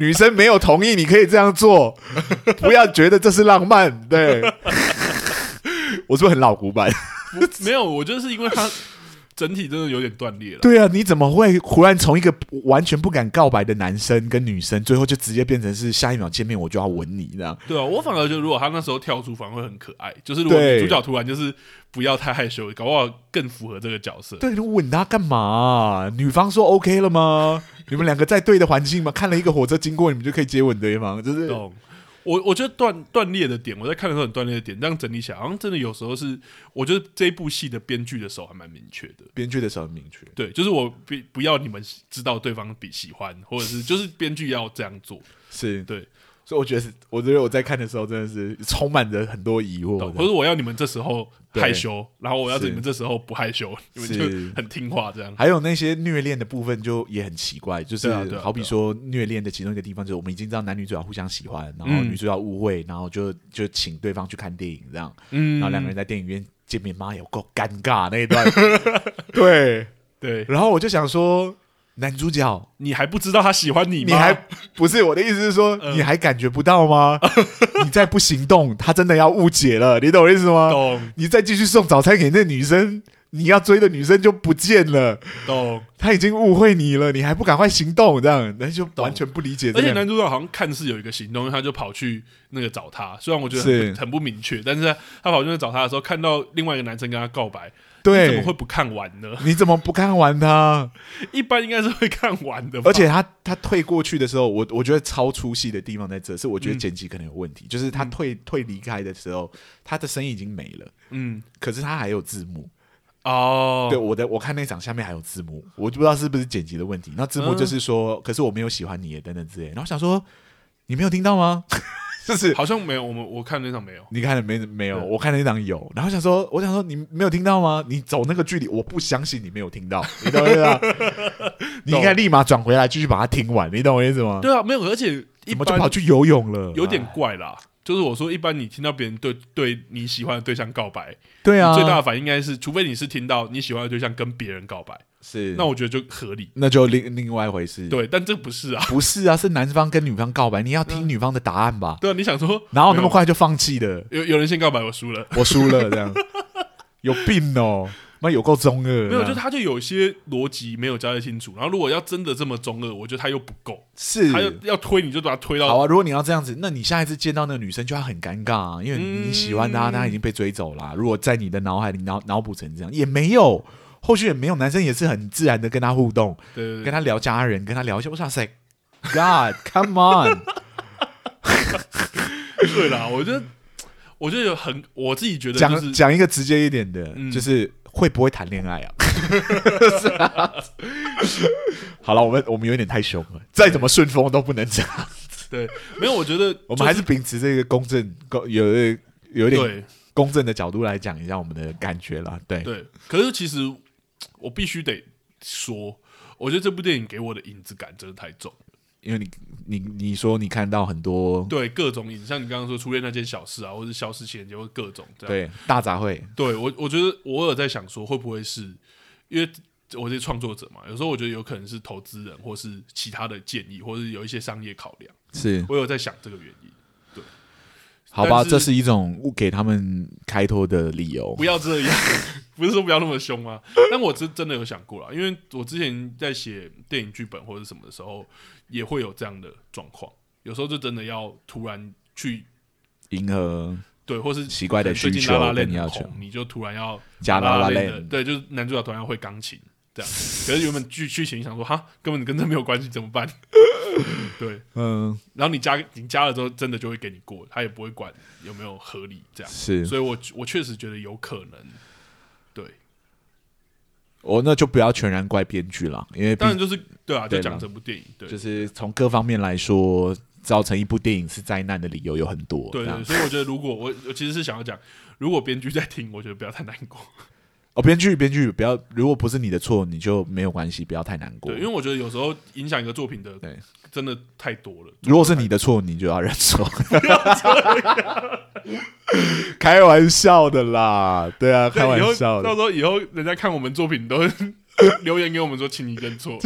Speaker 2: 女生没有同意，你可以这样做， 不要觉得这是浪漫。对， 我是不是很老古板？
Speaker 1: 不没有，我就是因为它整体真的有点断裂了。
Speaker 2: 对啊，你怎么会忽然从一个完全不敢告白的男生跟女生，最后就直接变成是下一秒见面我就要吻你这样？
Speaker 1: 对啊，我反而觉得如果他那时候跳出，反而会很可爱。就是如果
Speaker 2: 对
Speaker 1: 女主角突然就是不要太害羞，搞不好更符合这个角色。
Speaker 2: 对，你吻他干嘛、女方说 OK 了吗？ 你们两个在对的环境吗？看了一个火车经过，你们就可以接吻对方，就是
Speaker 1: 懂。我我觉得断断裂的点，我在看的时候很断裂的点，这样整理起来，好像真的有时候是，我觉得这一部戏的编剧的手还蛮明确的。
Speaker 2: 编剧的手很明确。
Speaker 1: 对，就是我不不要你们知道对方比喜欢，或者是就是编剧要这样做。
Speaker 2: 是
Speaker 1: 对，
Speaker 2: 所以我觉得是，我觉得我在看的时候真的是充满着很多疑惑
Speaker 1: 懂
Speaker 2: 的
Speaker 1: 或者我要你们这时候
Speaker 2: 对
Speaker 1: 害羞，然后我要
Speaker 2: 是
Speaker 1: 你们这时候不害羞，你们
Speaker 2: 是
Speaker 1: 就很听话这样。
Speaker 2: 还有那些虐恋的部分就也很奇怪，就是
Speaker 1: 对啊对啊
Speaker 2: 好比说虐恋的其中一个地方，就是我们已经知道男女主角互相喜欢，然后
Speaker 1: 嗯
Speaker 2: 女主角误会，然后就就请对方去看电影这样，
Speaker 1: 嗯
Speaker 2: 然后两个人在电影院见面，妈有够尴尬那 一段。对，
Speaker 1: 对，
Speaker 2: 然后我就想说，男主角
Speaker 1: 你还不知道他喜欢你吗？嗯
Speaker 2: 你还不是我的意思是说，你还感觉不到吗？你再不行动，他真的要误解了，你懂我意思吗？
Speaker 1: 懂
Speaker 2: 你再继续送早餐给那女生，你要追的女生就不见了，
Speaker 1: 懂。
Speaker 2: 她已经误会你了，你还不赶快行动，这样那就完全不理解这
Speaker 1: 而且
Speaker 2: 个。
Speaker 1: 男主角好像看似有一个行动，他就跑去那个找他。虽然我觉得
Speaker 2: 是
Speaker 1: 很不很不明确，但是他他跑去那找他的时候，看到另外一个男生跟他告白，你怎
Speaker 2: 对
Speaker 1: 么，会不看完呢？
Speaker 2: 你怎么不看完他？
Speaker 1: 一般应该是会看完的吧。
Speaker 2: 而且他他退过去的时候，我我觉得超出戏的地方在这，是我觉得
Speaker 1: 嗯
Speaker 2: 剪辑可能有问题，就是他退退离开的时候，他的声音已经没了，
Speaker 1: 嗯，
Speaker 2: 可是他还有字幕。
Speaker 1: 哦，
Speaker 2: 对，我的我看那场下面还有字幕，我就不知道是不是剪辑的问题。那字
Speaker 1: 嗯
Speaker 2: 幕就是说，可是我没有喜欢你耶等等之类。然后我想说，你没有听到吗？ 就是
Speaker 1: 好像没有，我们我看那场没有。
Speaker 2: 你看了没？没有，
Speaker 1: 对
Speaker 2: 我看了那场有。然后想说，我想说你没有听到吗？你走那个距离，我不相信你没有听到，你懂我意 思吗？你应该立马转回来继续把它听完，你懂我意思吗？
Speaker 1: 对啊，没有，而且一
Speaker 2: 怎么就
Speaker 1: 般
Speaker 2: 跑去游泳了？
Speaker 1: 有点
Speaker 2: 哎
Speaker 1: 怪啦。就是我说，一般你听到别人对对你喜欢的对象告白，
Speaker 2: 对啊，
Speaker 1: 你最大的反应应该是，除非你是听到你喜欢的对象跟别人告白，
Speaker 2: 是
Speaker 1: 那
Speaker 2: 那
Speaker 1: 我觉得就合理。
Speaker 2: 那就另另外一回事。，
Speaker 1: 对，但这不是啊。
Speaker 2: 不是啊，是男方跟女方告白，你要听女方的答案吧？
Speaker 1: 对啊，你想说
Speaker 2: 哪
Speaker 1: 嗯
Speaker 2: 有那
Speaker 1: 没有
Speaker 2: 么快就放弃的？
Speaker 1: 有有人先告白，我输了。
Speaker 2: 我输了这样。有病哦，妈有够中二啊，
Speaker 1: 没有，就他就有一些逻辑没有交代清楚。然后如果要真的这么中二，我觉得他又不够，
Speaker 2: 是
Speaker 1: 他要要推你就把他推到
Speaker 2: 好啊，如果你要这样子，那你下一次见到那个女生就要很尴尬啊，因为你喜欢她，
Speaker 1: 嗯
Speaker 2: 她已经被追走啦。如果在你的脑海里脑脑补成这样，也没有，后续也没有，男生也是很自然的跟她互动，
Speaker 1: 对对对
Speaker 2: 跟她聊家人，跟她聊一些，我 想塞，God，come on，
Speaker 1: 对啦，我觉得，我觉得有很，我自己觉得
Speaker 2: 讲、
Speaker 1: 就是
Speaker 2: 讲一个直接一点的，
Speaker 1: 嗯
Speaker 2: 就是会不会谈恋爱啊？ 是啊好了，我们我们有点太凶了，再怎么顺风都不能讲，
Speaker 1: 对，没有，我觉得
Speaker 2: 我们还
Speaker 1: 就是
Speaker 2: 秉持这个公正公有有点
Speaker 1: 对
Speaker 2: 公正的角度来讲一下我们的感觉啦，对。
Speaker 1: 对。可是其实我必须得说，我觉得这部电影给我的影子感真的太重。
Speaker 2: 因为你你你说你看到很多
Speaker 1: 对各种影，像你刚刚说初恋那件小事啊，或者消失情人节，或者各种这样。
Speaker 2: 对大杂烩，
Speaker 1: 对，我我觉得我有在想说，会不会是因为我是创作者嘛？有时候我觉得有可能是投资人，或是其他的建议，或是有一些商业考量。
Speaker 2: 是
Speaker 1: 我有在想这个原因，
Speaker 2: 好吧？
Speaker 1: 但是
Speaker 2: 这是一种给他们开脱的理由
Speaker 1: 不。要这样， 不是说不要那么凶吗？但我真真的有想过了，因为我之前在写电影剧本或者什么的时候，也会有这样的状况。有时候就真的要突然去
Speaker 2: 迎合
Speaker 1: 对，或是
Speaker 2: 奇怪的需求
Speaker 1: 最近拉拉链
Speaker 2: 跟要求
Speaker 1: 你就突然要
Speaker 2: 加拉拉
Speaker 1: 拉
Speaker 2: 链
Speaker 1: 的，对，就是男主角突然要会钢琴这样。可是原本剧剧情想说哈，根本跟这没有关系，怎么办？ 对，
Speaker 2: 嗯，
Speaker 1: 然后你加你加了之后，真的就会给你过，他也不会管有没有合理这样。
Speaker 2: 是
Speaker 1: 所以我我确实觉得有可能，对，
Speaker 2: 我哦那就不要全然怪编剧了，因为毕
Speaker 1: 当然就是对啊，
Speaker 2: 对
Speaker 1: 就
Speaker 2: 啦
Speaker 1: 讲这部电影，对，
Speaker 2: 就是从各方面来说，造成一部电影是灾难的理由有很多。
Speaker 1: 对
Speaker 2: 这样
Speaker 1: 对，所以我觉得如果 我我其实是想要讲，如果编剧在听，我觉得不要太难过，
Speaker 2: 哦，编剧编剧不要，如果不是你的错，你就没有关系，不要太难过
Speaker 1: 对，因。为我觉得有时候影响一个作品的
Speaker 2: 嗯对，
Speaker 1: 真的太多了。
Speaker 2: 如果是你的错，你就要认错。 开玩笑的啦，对啊，
Speaker 1: 对
Speaker 2: 开玩
Speaker 1: 以后
Speaker 2: 笑的
Speaker 1: 到。时候以后人家看我们作品都会 留言给我们说，请你认错。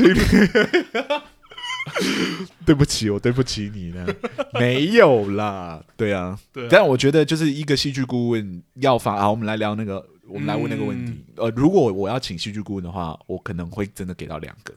Speaker 2: 对不起，我对不起你呢。 没有啦，对啊，
Speaker 1: 对啊、
Speaker 2: 但我觉得就是一个戏剧顾问要发啊，我们来聊那个，我们来问那个问题。
Speaker 1: 嗯
Speaker 2: 呃，如果我要请戏剧顾问的话，我可能会真的给到两个，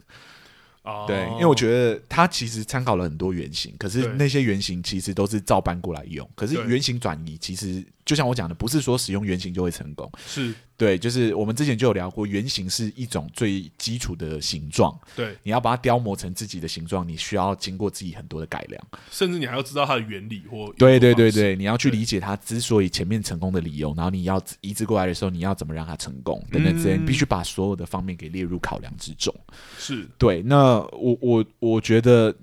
Speaker 1: 哦
Speaker 2: 对，因为我觉得他其实参考了很多原型，可是
Speaker 1: 对
Speaker 2: 那些原型其实都是照搬过来用，可是
Speaker 1: 对
Speaker 2: 原型转移其实就像我讲的，不是说使用原型就会成功，
Speaker 1: 是
Speaker 2: 对，就是我们之前就有聊过，原型是一种最基础的形状，
Speaker 1: 对，
Speaker 2: 你要把它雕磨成自己的形状，你需要经过自己很多的改良。
Speaker 1: 甚至你还要知道它的原理或
Speaker 2: 对对对
Speaker 1: 运作方式
Speaker 2: 对，你要去
Speaker 1: 对
Speaker 2: 理解它之所以前面成功的理由，然后你要移植过来的时候，你要怎么让它成功等等之类，
Speaker 1: 嗯
Speaker 2: 你必须把所有的方面给列入考量之中。
Speaker 1: 是
Speaker 2: 对，那我我我觉得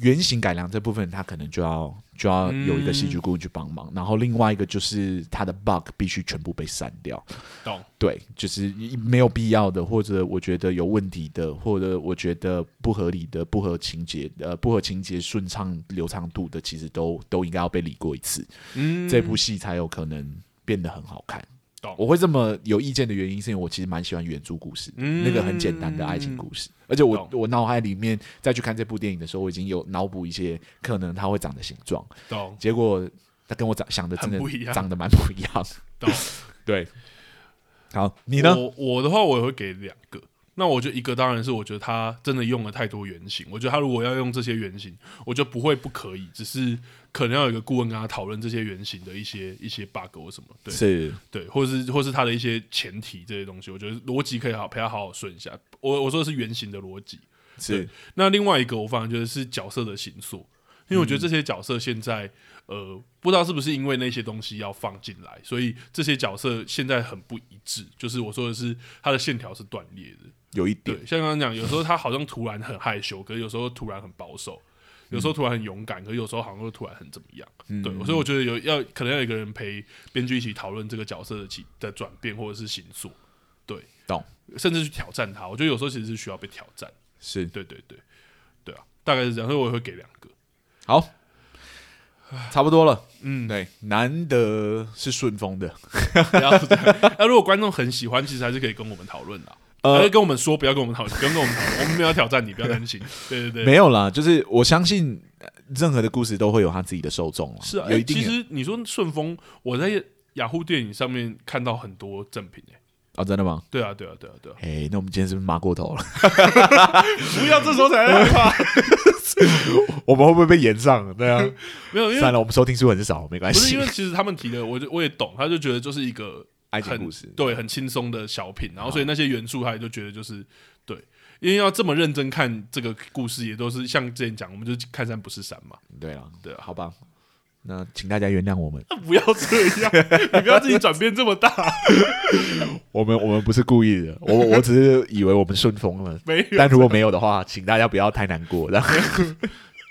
Speaker 2: 原型改良这部分，它可能就要就要有一个
Speaker 1: 嗯
Speaker 2: 戏剧顾问去帮忙，然后另外一个就是它的 bug 必须全部被删掉。
Speaker 1: 懂
Speaker 2: 对，就是一没有必要的，或者我觉得有问题的，或者我觉得不合理的、不合情节、呃不合情节顺畅流畅度的，其实都都应该要被理过一次，
Speaker 1: 嗯
Speaker 2: 这部戏才有可能变得很好看
Speaker 1: 懂。
Speaker 2: 我会这么有意见的原因，是因为我其实蛮喜欢原著故事，
Speaker 1: 嗯
Speaker 2: 那个很简单的爱情故事，而且我
Speaker 1: 懂
Speaker 2: 我脑海里面再去看这部电影的时候，我已经有脑补一些可能它会长的形状，
Speaker 1: 懂
Speaker 2: 结果它跟我长想的真的
Speaker 1: 很不一样
Speaker 2: 长得蛮不一样。
Speaker 1: 懂。
Speaker 2: 对，好，你呢？
Speaker 1: 我我的话，我也会给两个。那我觉得一个当然是我觉得他真的用了太多原型，我觉得他如果要用这些原型，我觉得不会不可以，只是可能要有一个顾问跟他讨论这些原型的一些一些 bug 或什么，对
Speaker 2: 是
Speaker 1: 对，或是或是他的一些前提这些东西，我觉得逻辑可以好陪他好好顺一下。我我说的是原型的逻辑，
Speaker 2: 是
Speaker 1: 对，那另外一个我反而觉得是角色的形塑，因为我觉得这些角色现在、呃，不知道是不是因为那些东西要放进来，所以这些角色现在很不一致。就是我说的是它的线条是断裂的，
Speaker 2: 有一
Speaker 1: 对
Speaker 2: 点，
Speaker 1: 像刚刚讲，有时候他好像突然很害羞，可是有时候突然很保守。有时候突然很勇敢，可是有时候好像又突然很怎么样？对，所以我觉得有要可能要有一个人陪编剧一起讨论这个角色的起的转变或者是形塑，对，
Speaker 2: 懂，
Speaker 1: 甚至去挑战他。我觉得有时候其实是需要被挑战。
Speaker 2: 是
Speaker 1: 对对对，对啊，大概是这样，所以我也会给两个。
Speaker 2: 好，差不多了。
Speaker 1: 嗯，
Speaker 2: 对，难得是顺风的，
Speaker 1: 不要这样。那如果观众很喜欢，其实还是可以跟我们讨论的，
Speaker 2: 呃
Speaker 1: 还是跟我们说，不要跟我们讨，不要跟我们讨论，我们没有挑战你，不要 担心。对对对，
Speaker 2: 没有啦，就是我相信呃任何的故事都会有他自己的受众啦
Speaker 1: 是啊，
Speaker 2: 有
Speaker 1: 哎
Speaker 2: 一定
Speaker 1: 其
Speaker 2: 的
Speaker 1: 实你说顺丰，我在雅虎电影上面看到很多赠品、欸，
Speaker 2: 哦，真的吗？
Speaker 1: 对啊，对啊，对啊，对啊！
Speaker 2: 哎，那我们今天是不是骂过头了？
Speaker 1: 不要这时候才害怕，
Speaker 2: 我们会不会被延上？对啊，
Speaker 1: 没有，因
Speaker 2: 算
Speaker 1: 为
Speaker 2: 了，我们收听数很少，没关
Speaker 1: 不是
Speaker 2: 系
Speaker 1: 因。为其实他们提的，我就我也懂，他就觉得就是一个
Speaker 2: 爱情
Speaker 1: 很
Speaker 2: 故事，
Speaker 1: 对，很轻松的小品，然后
Speaker 2: 啊
Speaker 1: 所以那些元素他也就觉得就是对，因为要这么认真看这个故事，也都是像之前讲，我们就看山不是山嘛，
Speaker 2: 对了，
Speaker 1: 对啊，
Speaker 2: 好吧，那请大家原谅我们，
Speaker 1: 不要这样，你不要自己转变这么大，
Speaker 2: 我们我们不是故意的，我我只是以为我们顺 风了，
Speaker 1: 没有
Speaker 2: 但如果没有的话，请大家不要太难过。 然后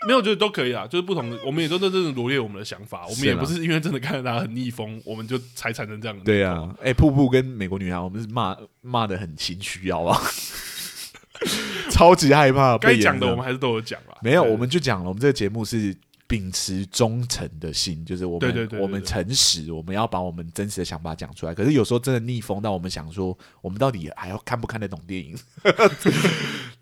Speaker 1: 没有，我觉得都可以啊，就是不同的，我们也都真正的罗列我们的想法，我们
Speaker 2: 是啊
Speaker 1: 也
Speaker 2: 啦
Speaker 1: 不是因为真的看到他很逆风，我们就才产生这样的，
Speaker 2: 对啊，哎，瀑布跟美国女孩，我们是骂骂的很情绪，好不 好？超级害怕被
Speaker 1: 该
Speaker 2: 延
Speaker 1: 讲的
Speaker 2: 上
Speaker 1: 我们还是都有讲啦，
Speaker 2: 没有，
Speaker 1: 对
Speaker 2: 我们就讲了，我们这个节目是秉持忠诚的心，就是我们
Speaker 1: 对对对对对
Speaker 2: 我们诚实，我们要把我们真实的想法讲出来。可是有时候真的逆风到我们想说，我们到底还要看不看得懂 电影？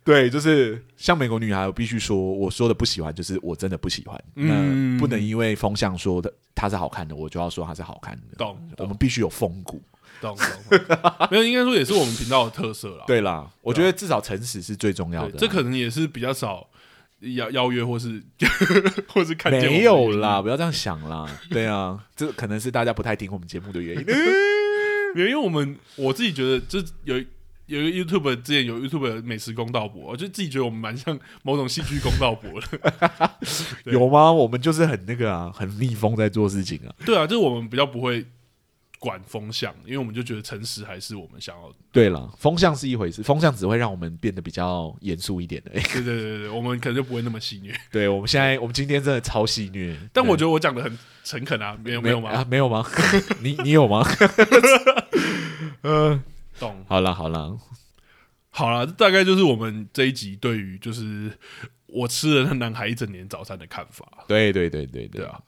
Speaker 2: 对，就是像美国女孩，我必须说，我说的不喜欢，就是我真的不喜欢。
Speaker 1: 嗯
Speaker 2: 那不能因为风向说的它是好看的，我就要说它是好看的。
Speaker 1: 懂
Speaker 2: 我
Speaker 1: 懂
Speaker 2: 们必须有风骨。
Speaker 1: 懂 懂，没有，应该说也是我们频道的特色啦，
Speaker 2: 对啦，我觉得至少诚实是最重要的
Speaker 1: 啊
Speaker 2: 啊
Speaker 1: 对，这
Speaker 2: 啦。
Speaker 1: 可能也是比较少邀邀约或是 或是看见
Speaker 2: 没
Speaker 1: 我
Speaker 2: 有
Speaker 1: 们的原因
Speaker 2: 啦，，不要这样想啦。对啊，这可能是大家不太听我们节目的 原因。
Speaker 1: 没有，因为我们我自己觉得，就是有有一个 YouTube 之前有 YouTube 的美食公道博，我就自己觉得我们蛮像某种戏剧公道博的。对
Speaker 2: 有吗？我们就是很那个啊，很逆风在做事情啊。
Speaker 1: 对啊，就是我们比较不会管风向，因为我们就觉得诚实还是我们想要。
Speaker 2: 对了，风向是一回事，风向只会让我们变得比较严肃一点 的。
Speaker 1: 对对对对，我们可能就不会那么戏虐。
Speaker 2: 对，我们现在，我们今天真的超戏虐，
Speaker 1: 但我
Speaker 2: 对
Speaker 1: 觉得我讲的很诚恳啊，没有没有吗？
Speaker 2: 啊，没有吗？ 你你 有吗？嗯，
Speaker 1: 懂。
Speaker 2: 好了好了，
Speaker 1: 好了，这大概就是我们这一集对于就是我吃了那男孩一整年早餐的看法。啊
Speaker 2: 对对对对对
Speaker 1: 对啊，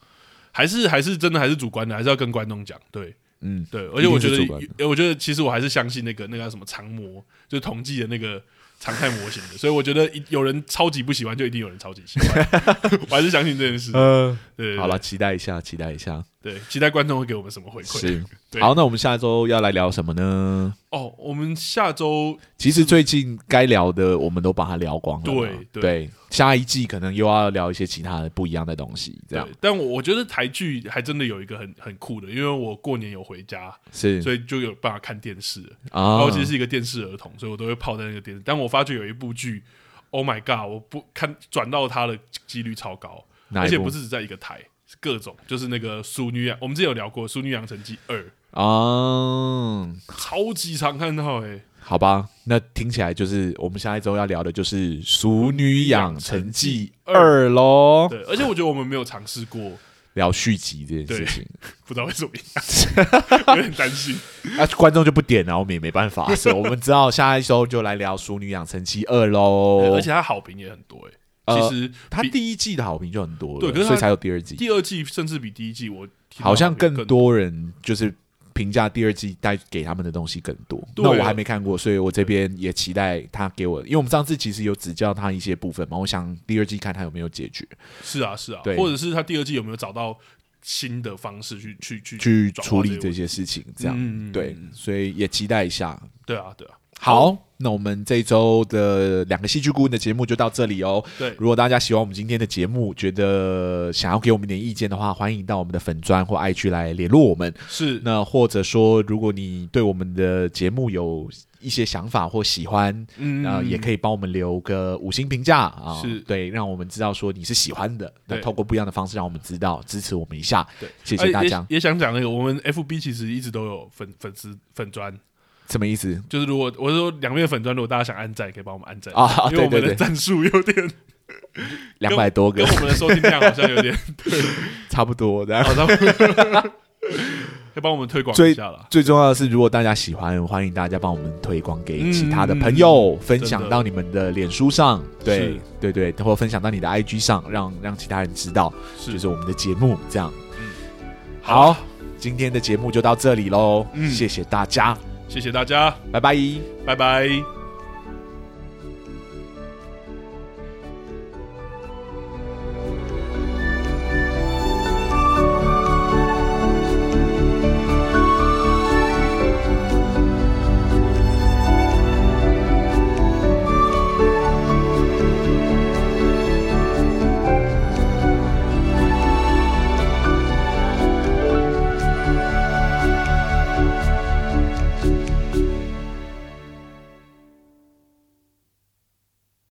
Speaker 1: 还是还是真的还是主观的，还是要跟观众讲。对
Speaker 2: 嗯，
Speaker 1: 对，而且我觉
Speaker 2: 一定是主观
Speaker 1: 得，我觉得其实我还是相信那个那个叫什么常模，就是统计的那个常态模型的，所以我觉得一有人超级不喜欢，就一定有人超级喜欢。 我还是相信这件事。
Speaker 2: 呃，
Speaker 1: 对对，对
Speaker 2: 好了，，期待一下，期待一下，
Speaker 1: 对，期待观众会给我们什么回馈。
Speaker 2: 是。
Speaker 1: 对
Speaker 2: 好，那我们下周要来聊什么呢？
Speaker 1: 哦，我们下周
Speaker 2: 其实最近该聊的我们都把它聊光了嘛，
Speaker 1: 对对
Speaker 2: 对，下一季可能又要聊一些其他的不一样的东西，这
Speaker 1: 对
Speaker 2: 样，
Speaker 1: 但我我觉得台剧还真的有一个很很酷的，因为我过年有回家，
Speaker 2: 是
Speaker 1: 所以就有办法看电视了。然
Speaker 2: 啊
Speaker 1: 后其实是一个电视儿童，所以我都会泡在那个电视。但我发觉有一部剧，Oh my God，我不看转到它的几率超高，
Speaker 2: 哪
Speaker 1: 而
Speaker 2: 一
Speaker 1: 且
Speaker 2: 部
Speaker 1: 不是只在一个台，是各种就是那个《淑女养》，我们之前有聊过《淑女养成记二》，
Speaker 2: 啊，
Speaker 1: 超级常看到哎、欸，
Speaker 2: 好吧，那听起来就是我们下一周要聊的就是《熟女养成记二》喽，
Speaker 1: 对，而且我觉得我们没有尝试过，
Speaker 2: 聊续集这件事情。
Speaker 1: 不知道为什么，有点担心。
Speaker 2: 啊，观众就不点了，我们也没办法，所以我们知道下一周就来聊《熟女养成记二》喽。
Speaker 1: 而且它好评也很多哎、
Speaker 2: 哦呃
Speaker 1: 其实
Speaker 2: 它
Speaker 1: 比
Speaker 2: 第一季的好评就很多了，
Speaker 1: 对可是它
Speaker 2: 所以才有第二季，
Speaker 1: 第二季甚至比第一季我听到
Speaker 2: 好像
Speaker 1: 好评
Speaker 2: 更多人就是。评价第二季带给他们的东西更多，
Speaker 1: 对
Speaker 2: 那我还没看过，所以我这边也期待他给我，因为我们上次其实有指教他一些部分嘛，我想第二季看他有没有解决。
Speaker 1: 是啊是啊，
Speaker 2: 对
Speaker 1: 或者是它第二季有没有找到新的方式去去去
Speaker 2: 去
Speaker 1: 转化
Speaker 2: 处理
Speaker 1: 这个
Speaker 2: 这
Speaker 1: 问题
Speaker 2: 些事情，这样、
Speaker 1: 嗯
Speaker 2: 对，所以也期待一下。
Speaker 1: 对啊对啊
Speaker 2: 好，那我们这一周的两个戏剧顾问的节目就到这里哦。
Speaker 1: 对。
Speaker 2: 如果大家喜欢我们今天的节目，觉得想要给我们点意见的话，欢迎到我们的粉砖或 IG 来联络我们。
Speaker 1: 是，啊
Speaker 2: 那或者说，如果你对我们的节目有一些想法或喜欢，
Speaker 1: 嗯
Speaker 2: 那也可以帮我们留个五星评价啊，
Speaker 1: 是
Speaker 2: 对，让我们知道说你是喜欢的。那
Speaker 1: 对
Speaker 2: 透过不一样的方式让我们知道，支持我们一下。
Speaker 1: 对，
Speaker 2: 谢谢大
Speaker 1: 哎
Speaker 2: 家。
Speaker 1: 也也想讲那个，我们 FB 其实一直都有粉粉丝粉砖，
Speaker 2: 什么意思？
Speaker 1: 就是如果我是说两边的粉砖，如果大家想按赞，可以帮我们按赞
Speaker 2: 啊
Speaker 1: 因为我们
Speaker 2: 对对
Speaker 1: 的
Speaker 2: 对
Speaker 1: 赞数有点
Speaker 2: 两百多个
Speaker 1: 跟，我们的收听量好像有点，
Speaker 2: 差不多。然后
Speaker 1: 好像可以帮我们推广一下啦。
Speaker 2: 最重要的是，如果大家喜欢，欢迎大家帮我们推广给其他的朋
Speaker 1: 嗯
Speaker 2: 友，分享到你们的脸书上，对对对，或分享到你的 IG 上，让让其他人知道，
Speaker 1: 是嗯
Speaker 2: 就是我们的节目这样。
Speaker 1: 好
Speaker 2: 好，今天的节目就到这里喽，
Speaker 1: 嗯
Speaker 2: 谢谢大家，
Speaker 1: 谢谢大家，
Speaker 2: 拜拜。
Speaker 1: 拜拜。